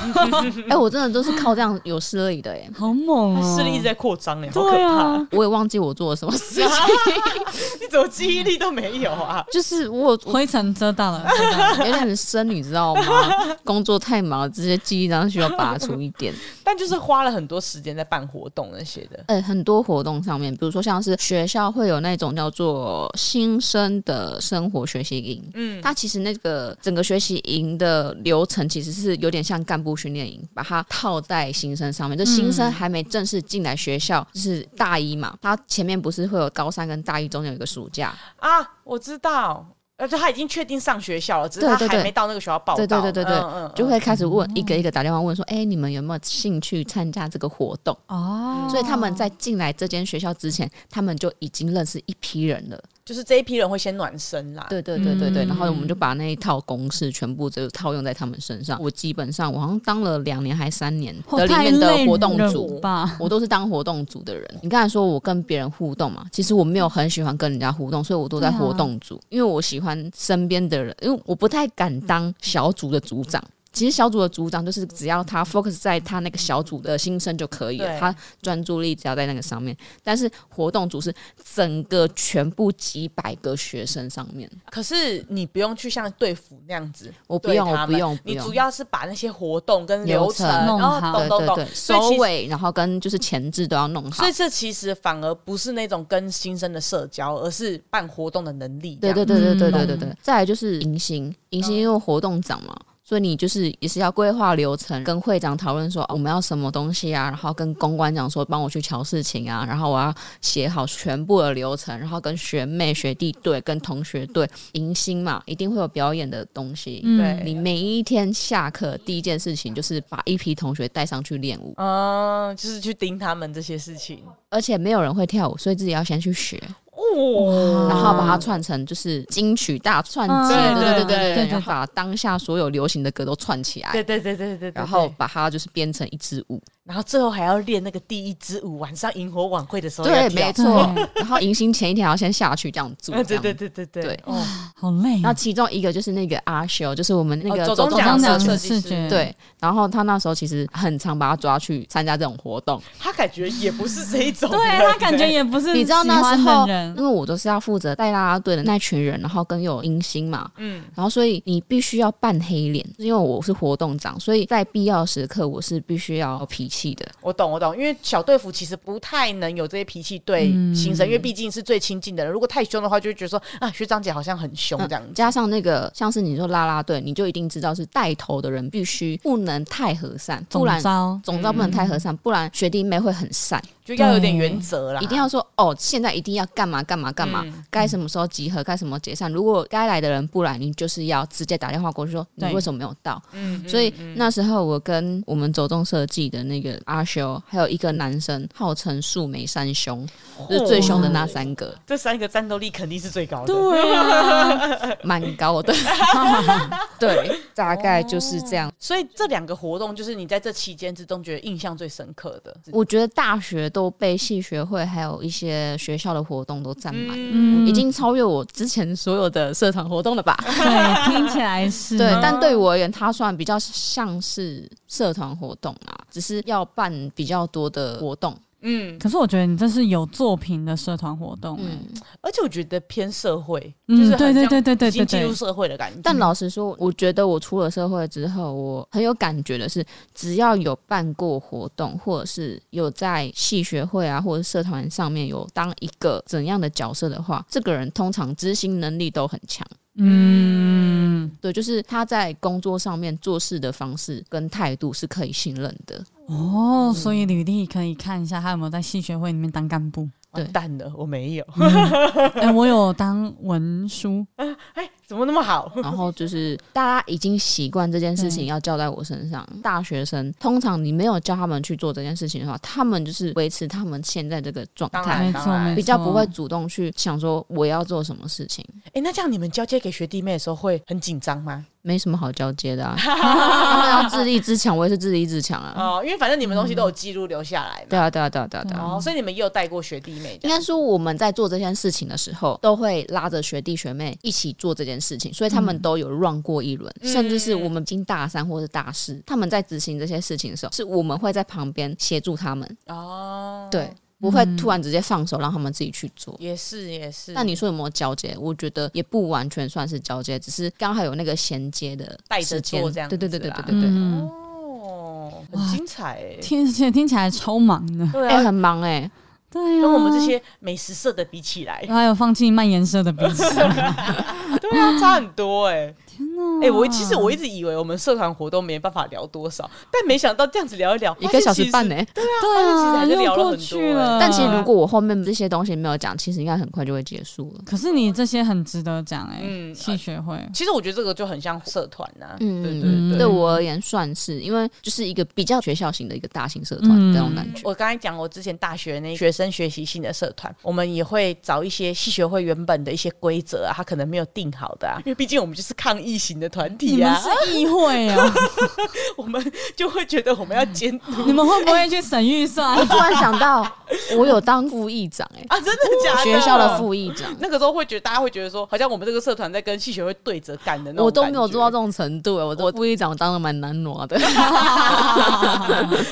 [SPEAKER 3] 哎、我真的都是靠这样有势力的哎、
[SPEAKER 1] 好猛
[SPEAKER 2] 他
[SPEAKER 1] 哦！
[SPEAKER 2] 势力一直在扩张欸嘞，好可
[SPEAKER 1] 对
[SPEAKER 2] 怕！
[SPEAKER 1] 啊，
[SPEAKER 3] 我也忘记我做了什么事， *laughs*
[SPEAKER 2] 你怎么记忆力都没有啊？
[SPEAKER 3] 就是我我
[SPEAKER 1] 灰尘遮到了，遮
[SPEAKER 3] *laughs*
[SPEAKER 1] 到了
[SPEAKER 3] 有点深，你知道吗？工作太忙了，这些记忆当然需要拔除一点。
[SPEAKER 2] 但就是花了很多时间在办活动那些的。
[SPEAKER 3] 呃，很多活动上面，比如说像是学校会有那种叫做新生的生活学习营，嗯，它其实那个整个学习营的流程其实是有点像干部训练营，把它套在新生上面。就新生还没正式进来学校，就是大一嘛，他前面不是会有高三跟大一中间有一个暑假，
[SPEAKER 2] 啊，我知道，呃，就他已经确定上学校了，只是他
[SPEAKER 3] 对对
[SPEAKER 2] 还
[SPEAKER 3] 对
[SPEAKER 2] 没到那个学校报到。
[SPEAKER 3] 对对对对对
[SPEAKER 2] 嗯嗯嗯
[SPEAKER 3] 就会开始问一个一个打电话问说，哎、你们有没有兴趣参加这个活动？
[SPEAKER 1] 哦
[SPEAKER 3] 所以他们在进来这间学校之前，他们就已经认识一批人了。
[SPEAKER 2] 就是这一批人会先暖身啦。
[SPEAKER 3] 对对对对对，
[SPEAKER 1] 嗯
[SPEAKER 3] 然后我们就把那一套公式全部就套用在他们身上。我基本上我好像当了两年还三年
[SPEAKER 1] 哦
[SPEAKER 3] 的里面
[SPEAKER 1] 太
[SPEAKER 3] 的
[SPEAKER 1] 累
[SPEAKER 3] 活动
[SPEAKER 1] 了
[SPEAKER 3] 组。
[SPEAKER 1] 吧，
[SPEAKER 3] 我都是当活动组的人。你刚才说我跟别人互动嘛，其实我没有很喜欢跟人家互动，所以我都在
[SPEAKER 1] 对啊
[SPEAKER 3] 活动组，因为我喜欢身边的人，因为我不太敢当小组的组长。其实小组的组长就是只要他 focus 在他那个小组的心声就可以了，
[SPEAKER 2] 对
[SPEAKER 3] 他专注力只要在那个上面。但是活动组是整个全部几百个学生上面，
[SPEAKER 2] 可是你不用去像队服那样子，
[SPEAKER 3] 我不用，
[SPEAKER 2] 对
[SPEAKER 3] 我
[SPEAKER 2] 他
[SPEAKER 3] 不
[SPEAKER 2] 们
[SPEAKER 3] 用，不
[SPEAKER 2] 你主
[SPEAKER 3] 用。
[SPEAKER 2] 要是把那些活动跟流程，
[SPEAKER 3] 流程
[SPEAKER 2] 然
[SPEAKER 1] 弄
[SPEAKER 2] 后
[SPEAKER 1] 好
[SPEAKER 2] 懂
[SPEAKER 3] 对
[SPEAKER 2] 懂
[SPEAKER 3] 对
[SPEAKER 2] 懂
[SPEAKER 3] 对，，
[SPEAKER 2] 所以
[SPEAKER 3] 收
[SPEAKER 2] 其实
[SPEAKER 3] 尾，然后跟就是前置都要弄好
[SPEAKER 2] 所以。这其实反而不是那种跟新生的社交，而是办活动的能力这
[SPEAKER 3] 对
[SPEAKER 2] 样。
[SPEAKER 3] 对对对对
[SPEAKER 1] 嗯
[SPEAKER 3] 对对对。再来就是迎新，迎
[SPEAKER 2] 嗯
[SPEAKER 3] 新因为活动长嘛，所以你就是也是要规划流程，跟会长讨论说、哦我们要什么东西啊，然后跟公关讲说帮我去瞧事情啊，然后我要写好全部的流程，然后跟学妹学弟队跟同学队迎新嘛，一定会有表演的东西。
[SPEAKER 1] 嗯
[SPEAKER 2] 对
[SPEAKER 3] 你每一天下课第一件事情就是把一批同学带上去练舞，
[SPEAKER 2] 嗯，就是去盯他们这些事情。
[SPEAKER 3] 而且没有人会跳舞，所以自己要先去学。
[SPEAKER 2] 哇
[SPEAKER 3] 然后把它串成就是金曲大串接，
[SPEAKER 1] 嗯
[SPEAKER 3] 对对对
[SPEAKER 2] 对
[SPEAKER 3] 对
[SPEAKER 1] 对
[SPEAKER 3] 对，
[SPEAKER 1] 对
[SPEAKER 3] 然后把当下所有流行的歌都串起来
[SPEAKER 2] 对，对对对对对，对
[SPEAKER 3] 然后把它就是编成一支舞。
[SPEAKER 2] 然后最后还要练那个第一支舞，晚上萤火晚会的时候
[SPEAKER 3] 对，
[SPEAKER 2] 要跳
[SPEAKER 3] 没错。然后迎新前一天还要先下去这样做
[SPEAKER 2] 嗯，，
[SPEAKER 3] 这
[SPEAKER 2] 对
[SPEAKER 3] 样
[SPEAKER 2] 对。对对对
[SPEAKER 3] 对
[SPEAKER 2] 哦，
[SPEAKER 1] 好累
[SPEAKER 3] 然
[SPEAKER 1] 啊
[SPEAKER 3] 后。其中一个就是那个阿修，就是我们那个
[SPEAKER 2] 哦
[SPEAKER 3] 周
[SPEAKER 2] 周
[SPEAKER 3] 中
[SPEAKER 2] 中奖
[SPEAKER 3] 奖
[SPEAKER 2] 的
[SPEAKER 3] 社
[SPEAKER 2] 设
[SPEAKER 3] 区。
[SPEAKER 2] 计师
[SPEAKER 1] 师
[SPEAKER 3] 对，然后他那时候其实很常把他抓去参加这种活动，
[SPEAKER 2] *laughs* 他感觉也不是这
[SPEAKER 3] *laughs*
[SPEAKER 2] 一种人，
[SPEAKER 1] 对他感觉也不是
[SPEAKER 3] 你知道那时
[SPEAKER 1] 喜
[SPEAKER 3] 候
[SPEAKER 1] 欢的，人
[SPEAKER 3] 因为我都是要负责带啦啦队的那群人，然后跟有迎新嘛，
[SPEAKER 2] 嗯
[SPEAKER 3] 嗯，然后所以你必须要扮黑脸，因为我是活动长，所以在必要时刻我是必须要有脾气的。
[SPEAKER 2] *laughs* 我懂，我懂，因为小队服其实不太能有这些脾气对
[SPEAKER 3] 嗯
[SPEAKER 2] 新生，因为毕竟是最亲近的人，如果太凶的话，就会觉得说啊，学长姐好像很凶
[SPEAKER 3] 嗯
[SPEAKER 2] 这样子。
[SPEAKER 3] 加上那个像是你说啦啦队，你就一定知道是带头的人必须不能太和善，不然
[SPEAKER 1] 总。招嗯
[SPEAKER 3] 总招不能太和善，不然学弟妹会很散，
[SPEAKER 2] 就要有点原则啦，
[SPEAKER 3] 一定要说哦，现在一定要干嘛干嘛干嘛，该什么时候集合，该什么解散。如果该来的人不来，你就是要直接打电话过去说你
[SPEAKER 1] 对
[SPEAKER 3] 为什么没有到。
[SPEAKER 2] 嗯，嗯
[SPEAKER 3] 所以那时候我跟我们走动设计的那个阿修，还有一个男生，号称素梅三凶，就是最凶的那三个，
[SPEAKER 2] 嗯这三个战斗力肯定是最高的。
[SPEAKER 1] 对啊，
[SPEAKER 3] 蛮高的。对，大概就是这样。
[SPEAKER 2] 所以这两个活动就是你在这期间之中觉得印象最深刻的。
[SPEAKER 3] 我觉得大学都被系学会还有一些学校的活动都占满，
[SPEAKER 1] 嗯
[SPEAKER 3] 已经超越我之前所有的社团活动了吧？
[SPEAKER 1] 对，听起来是
[SPEAKER 3] 嗯对，但对我而言，它算比较像是社团活动啊，只是要办比较多的活动。
[SPEAKER 2] 嗯，
[SPEAKER 1] 可是我觉得你这是有作品的社团活动、欸，
[SPEAKER 3] 嗯，
[SPEAKER 2] 而且我觉得偏社会，
[SPEAKER 1] 嗯
[SPEAKER 2] 就是很
[SPEAKER 1] 对对
[SPEAKER 2] 像
[SPEAKER 1] 对对对
[SPEAKER 2] 已经
[SPEAKER 1] 对
[SPEAKER 2] 进
[SPEAKER 1] 对
[SPEAKER 2] 入社会的感觉。
[SPEAKER 3] 但老实说，我觉得我出了社会之后，我很有感觉的是，只要有办过活动，或者是有在系学会啊或者社团上面有当一个怎样的角色的话，这个人通常执行能力都很强。
[SPEAKER 1] 嗯，
[SPEAKER 3] 对，就是他在工作上面做事的方式跟态度是可以信任的。
[SPEAKER 1] 哦，所以履历可以看一下他有没有在系学会里面当干
[SPEAKER 3] *laughs*
[SPEAKER 1] 部。
[SPEAKER 2] 完蛋了，我没有，
[SPEAKER 1] 哎、我有当文书，
[SPEAKER 2] *laughs* 怎么那么好？ *laughs*
[SPEAKER 3] 然后就是大家已经习惯这件事情要交在我身上。
[SPEAKER 2] 嗯
[SPEAKER 3] 大学生通常你没有叫他们去做这件事情的话，他们就是维持他们现在这个状
[SPEAKER 2] 当
[SPEAKER 3] 态
[SPEAKER 2] 然。
[SPEAKER 1] 没
[SPEAKER 2] 当
[SPEAKER 1] 错
[SPEAKER 2] 然
[SPEAKER 1] 没错，
[SPEAKER 3] 比较不会主动去想说我要做什么事情，
[SPEAKER 2] 哎、那这样你们交接给学弟妹的时候会很紧张吗？
[SPEAKER 3] 没什么好交接的
[SPEAKER 2] *laughs*
[SPEAKER 3] 啊。他们要自立自强，我也是自立自强啊。
[SPEAKER 2] 哦，因为反正你们东西都有记录留下来嘛。
[SPEAKER 3] 对啊，对啊，对啊，对啊，对啊。
[SPEAKER 2] 哦，所以你们也有带过学弟妹这
[SPEAKER 3] 应
[SPEAKER 2] 样。
[SPEAKER 3] 该说我们在做这件事情的时候，都会拉着学弟学妹一起做这件事情，所以他
[SPEAKER 2] 嗯
[SPEAKER 3] 们都有 run 过一轮，甚至是我们已经大三或是大四，他们在执行这些事情的时候，是我们会在旁边协助他们，
[SPEAKER 2] 哦，
[SPEAKER 3] 对，，不会突然直接放手让他们自己去做。
[SPEAKER 2] 也是也是。
[SPEAKER 3] 那你说有没有交接？我觉得也不完全算是交接，只是刚好有那个衔接的
[SPEAKER 2] 带着
[SPEAKER 3] 时间
[SPEAKER 2] 做这样子啊
[SPEAKER 3] 对
[SPEAKER 2] 啦
[SPEAKER 3] 对对对对对对，
[SPEAKER 1] 嗯，
[SPEAKER 2] 哦，很精彩哎、
[SPEAKER 1] 听起来听起来超忙
[SPEAKER 3] *laughs*
[SPEAKER 1] 的，
[SPEAKER 2] 对
[SPEAKER 3] 哎、
[SPEAKER 2] 啊，
[SPEAKER 3] 很忙哎、
[SPEAKER 1] 对啊，
[SPEAKER 2] 跟我们这些美食社的比起来，
[SPEAKER 1] 还有放弃蔓延社的
[SPEAKER 3] *laughs*
[SPEAKER 1] 彼此，
[SPEAKER 2] 对啊，差很多哎、
[SPEAKER 1] 天哪！
[SPEAKER 2] 哎、我其实我一直以为我们社团活动没办法聊多少，但没想到这样子聊一聊，
[SPEAKER 3] 一个小时半呢、
[SPEAKER 2] 哎、
[SPEAKER 1] 对
[SPEAKER 2] 发
[SPEAKER 1] 啊，
[SPEAKER 2] 现其实还是
[SPEAKER 1] 又
[SPEAKER 2] 聊了
[SPEAKER 1] 过
[SPEAKER 2] 很多
[SPEAKER 1] 去了，
[SPEAKER 3] 但其实如果我后面这些东西没有讲，其实应该很快就会结束了。
[SPEAKER 1] 可是你这些很值得讲哎、
[SPEAKER 2] 嗯
[SPEAKER 1] 系学会，
[SPEAKER 2] 其实我觉得这个就很像社团呐、
[SPEAKER 3] 嗯
[SPEAKER 2] 对
[SPEAKER 1] 嗯
[SPEAKER 2] 对
[SPEAKER 3] 对
[SPEAKER 2] 对。
[SPEAKER 3] 我而言算是，因为就是一个比较学校型的一个大型社团
[SPEAKER 1] 嗯
[SPEAKER 3] 这种感觉。
[SPEAKER 2] 我刚才讲，我之前大学那学生学习性的社团，我们也会找一些系学会原本的一些规则啊，他可能没有定好的啊，因为毕竟我们就是抗议型的团
[SPEAKER 1] 你
[SPEAKER 2] 体
[SPEAKER 1] 们
[SPEAKER 2] 啊，
[SPEAKER 1] 是议会
[SPEAKER 2] *laughs*
[SPEAKER 1] 哦，
[SPEAKER 2] 我们就会觉得我们要监督
[SPEAKER 3] *laughs*
[SPEAKER 1] 你们会不会去省预算？
[SPEAKER 3] 突然想到，我有当副议长哎、
[SPEAKER 2] 啊，真的假的？
[SPEAKER 3] 学校的副 *laughs* 议长，
[SPEAKER 2] 那个时候会觉得大家会觉得说，好像我们这个社团在跟系学会对着干的那种，
[SPEAKER 3] 我都没有做到这。种程度哎、我我副议长当的蛮难挪的，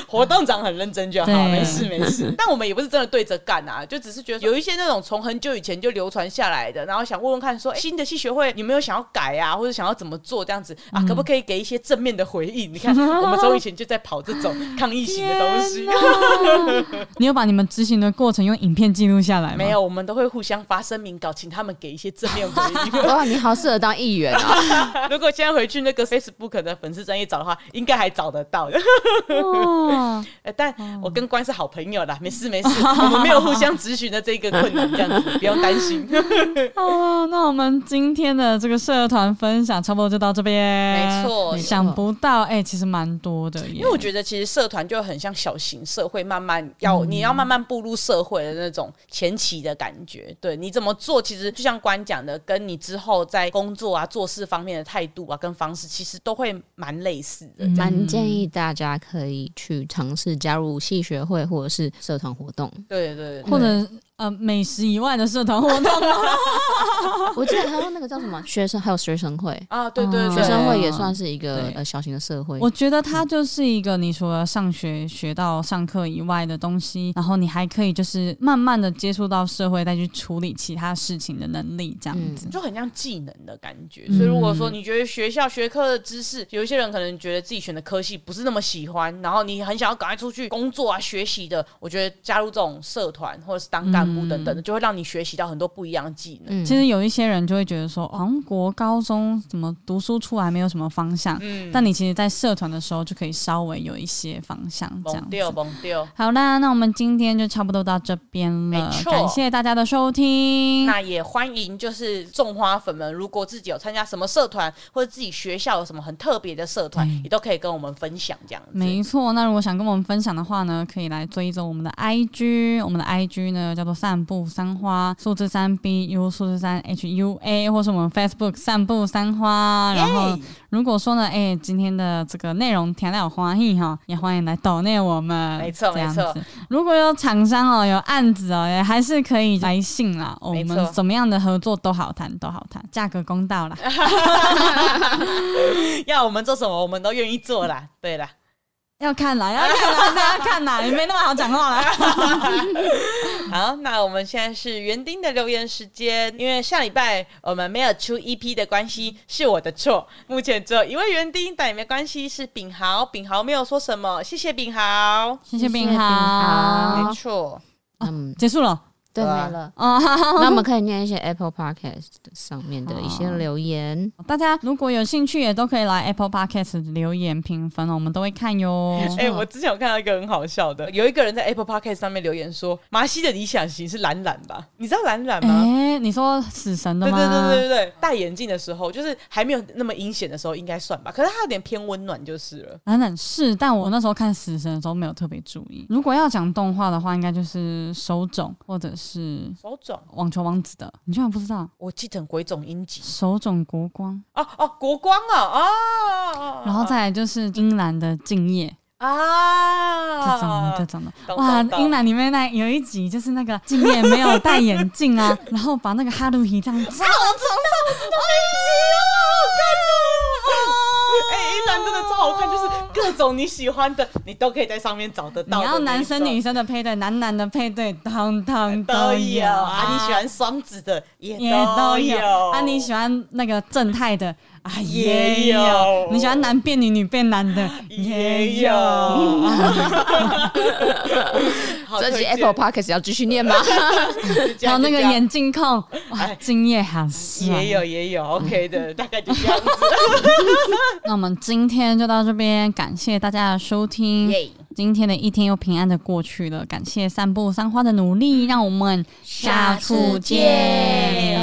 [SPEAKER 2] 活动长很认真就好，
[SPEAKER 1] 对
[SPEAKER 2] 没事没事。但我们也不是真的对着干啊，就只是觉得有一些那种从很久以前就流传下来的，然后想问问看说，诶新的系学会有没有想要改啊，或者想要怎么做这样子啊，可不可以给一些正面的回应？你看，我们从以前就在跑这种抗议型的东西。
[SPEAKER 1] 你有把你们执行的过程用影片记录下来吗？
[SPEAKER 2] 没有，我们都会互相发声明稿，请他们给一些正面回应。
[SPEAKER 3] *laughs*
[SPEAKER 2] *laughs*
[SPEAKER 3] 哇，你好适合当议员啊！
[SPEAKER 2] 如果现在回去那个 Facebook 的粉丝专业找的话，应该还找得到 *laughs* 的。
[SPEAKER 1] 哦，
[SPEAKER 2] 呃，但我跟关是好朋友啦，没事没事，我们没有互相咨询的这个困难，这样子不用担心。
[SPEAKER 1] 哦，那我们今天的这个社团分享差不多就到这边。
[SPEAKER 2] 没错
[SPEAKER 1] 想不到，哎、其实蛮多的耶。
[SPEAKER 2] 因为我觉得其实社团就很像小型社会，慢慢要、你要慢慢步入社会的那种前期的感觉。对，你怎么做，其实就像关讲的，跟你之后在工作啊、做事方面的态度啊、跟方式，其实都会蛮类似的。
[SPEAKER 3] 蛮建议大家可以去尝试加入系学会或者是社团活动。
[SPEAKER 2] 对对对
[SPEAKER 1] 或者呃，美食以外的社团活动吗，
[SPEAKER 3] 我记得还有那个叫什么学生，还有学生会，
[SPEAKER 2] 啊，对对对，
[SPEAKER 3] 学生会也
[SPEAKER 1] 对
[SPEAKER 3] 算是一个
[SPEAKER 1] 对
[SPEAKER 3] 呃小型的社会。
[SPEAKER 1] 我觉得
[SPEAKER 2] 嗯
[SPEAKER 1] 它就是一个你除了上学学到上课以外的东西，然后你还可以就是慢慢的接触到社会，再去处理其他事情的能力，这样子。
[SPEAKER 2] 就很像技能的感觉。所以如果说嗯你觉得学校学科的知识，有一些人可能觉得自己选的科系不是那么喜欢，然后你很想要赶快出去工作啊、学习的，我觉得加入这种社团或者是当干部等等的，就会让你学习到很多不一样的技能。
[SPEAKER 3] 嗯
[SPEAKER 1] 其实有一些人就会觉得说，好像国高中怎么读书出来没有什么方向，
[SPEAKER 2] 嗯
[SPEAKER 1] 但你其实，在社团的时候就可以稍微有一些方向，这
[SPEAKER 2] 蒙
[SPEAKER 1] 样
[SPEAKER 2] 掉
[SPEAKER 1] 子。
[SPEAKER 2] 蒙掉，
[SPEAKER 1] 好啦，那我们今天就差不多到这边了
[SPEAKER 2] 没，错
[SPEAKER 1] 感谢大家的收听。
[SPEAKER 2] 那也欢迎就是种花粉们，如果自己有参加什么社团，或者自己学校有什么很特别的社团，也都可以跟我们分享这样子。
[SPEAKER 1] 没错，那如果想跟我们分享的话呢，可以来追踪我们的 IG，我们的 IG 呢叫做散步三花，数字三 B U，数字三 H U A，或是我们 Facebook 散步三花。然后
[SPEAKER 2] 耶
[SPEAKER 1] 如果说呢，哎、今天的这个内容填到有欢喜哈，也欢迎来抖内我们。
[SPEAKER 2] 没错
[SPEAKER 1] 这样
[SPEAKER 2] 没
[SPEAKER 1] 子。如果有厂商哦，有案子哦，也还是可以来信啦。我
[SPEAKER 2] 没错
[SPEAKER 1] 们怎么样的合作都好谈，都好谈，价格公道
[SPEAKER 2] *laughs*
[SPEAKER 1] 啦。
[SPEAKER 2] *laughs* 要我们做什么，我们都愿意做啦。对啦，
[SPEAKER 1] 要看啦，要看啦，真的要看啦，你没那么好讲话啦。
[SPEAKER 2] 好，那我们现在是园丁的留言时间，因为上礼拜我们没有出 EP 的关系，是我的错。目前只有一位园丁，但也没关系，是炳豪，炳豪没有说什么，谢谢炳豪。
[SPEAKER 1] 谢谢
[SPEAKER 3] 谢
[SPEAKER 1] 炳
[SPEAKER 3] 谢
[SPEAKER 1] 豪
[SPEAKER 3] 炳。豪
[SPEAKER 2] 没错，
[SPEAKER 3] 嗯，
[SPEAKER 1] 结束了
[SPEAKER 3] 对，没
[SPEAKER 2] 对啊
[SPEAKER 3] 了。
[SPEAKER 1] 啊、
[SPEAKER 3] 那我
[SPEAKER 2] *laughs*
[SPEAKER 3] 们可以念一些 Apple Podcast 上面的一些
[SPEAKER 1] 好
[SPEAKER 3] 留言。
[SPEAKER 1] 大家如果有兴趣，也都可以来 Apple Podcast 留言评分哦，我们都会看哟。
[SPEAKER 2] 哎、我之前有看到一个很好笑的，有一个人在 Apple Podcast 上面留言说，麻西的理想型是懒懒吧？你知道懒懒
[SPEAKER 1] 哎、
[SPEAKER 2] 吗？
[SPEAKER 1] 你说死神的
[SPEAKER 2] 对
[SPEAKER 1] 吗？
[SPEAKER 2] 对对对对对，戴眼镜的时候，就是还没有那么阴险的时候，应该算吧。可是他有点偏温暖就是了。
[SPEAKER 1] 懒懒是，但我那时候看死神的时候没有特别注意。如果要讲动画的话，应该就是手冢或者是
[SPEAKER 2] 手冢，
[SPEAKER 1] 网球王子的。你居然不知道
[SPEAKER 2] 我记成鬼冢英吉。
[SPEAKER 1] 手冢国光，
[SPEAKER 2] 哦哦，国光啊啊，
[SPEAKER 1] 然后再来就是英兰的敬业。这种的
[SPEAKER 2] 啊，
[SPEAKER 1] 这种的，
[SPEAKER 2] 懂
[SPEAKER 1] 哇！
[SPEAKER 2] 懂懂
[SPEAKER 1] 英兰里面那有一集就是那个敬业没有戴眼镜
[SPEAKER 2] *laughs*
[SPEAKER 1] 啊，然后把那个哈鲁伊这样
[SPEAKER 2] 好从上，好看哦！哎，一男真的超好看，就是各种你喜欢的，你都可以在上面找得
[SPEAKER 1] 你
[SPEAKER 2] 到。
[SPEAKER 1] 要男生女生的配对，男男的配对，通通
[SPEAKER 2] 都
[SPEAKER 1] 有
[SPEAKER 2] 有啊，你喜欢双子的也
[SPEAKER 1] 也都
[SPEAKER 2] 有
[SPEAKER 1] 啊，你喜欢那个正太的啊
[SPEAKER 2] 也
[SPEAKER 1] 也
[SPEAKER 2] 有
[SPEAKER 1] 你喜欢男变女，女变男的
[SPEAKER 2] 也
[SPEAKER 1] 也
[SPEAKER 2] 有 *laughs* 啊
[SPEAKER 1] 有。 *laughs*
[SPEAKER 2] 好
[SPEAKER 3] 这
[SPEAKER 2] 哦推
[SPEAKER 3] 集
[SPEAKER 2] 荐
[SPEAKER 3] Apple Podcast 要继续念
[SPEAKER 2] *laughs*
[SPEAKER 3] 吗？
[SPEAKER 1] 还有那个
[SPEAKER 2] 就这样
[SPEAKER 1] 眼镜控，哇
[SPEAKER 2] 哎，
[SPEAKER 1] 今夜好爽。
[SPEAKER 2] 也有也有 OK 的，大概就这样子。
[SPEAKER 1] 那我们今天就到这边，感谢大家的收听。
[SPEAKER 2] 耶
[SPEAKER 1] 今天的一天又平安的过去了，感谢散步三花的努力，让我们
[SPEAKER 3] 下次见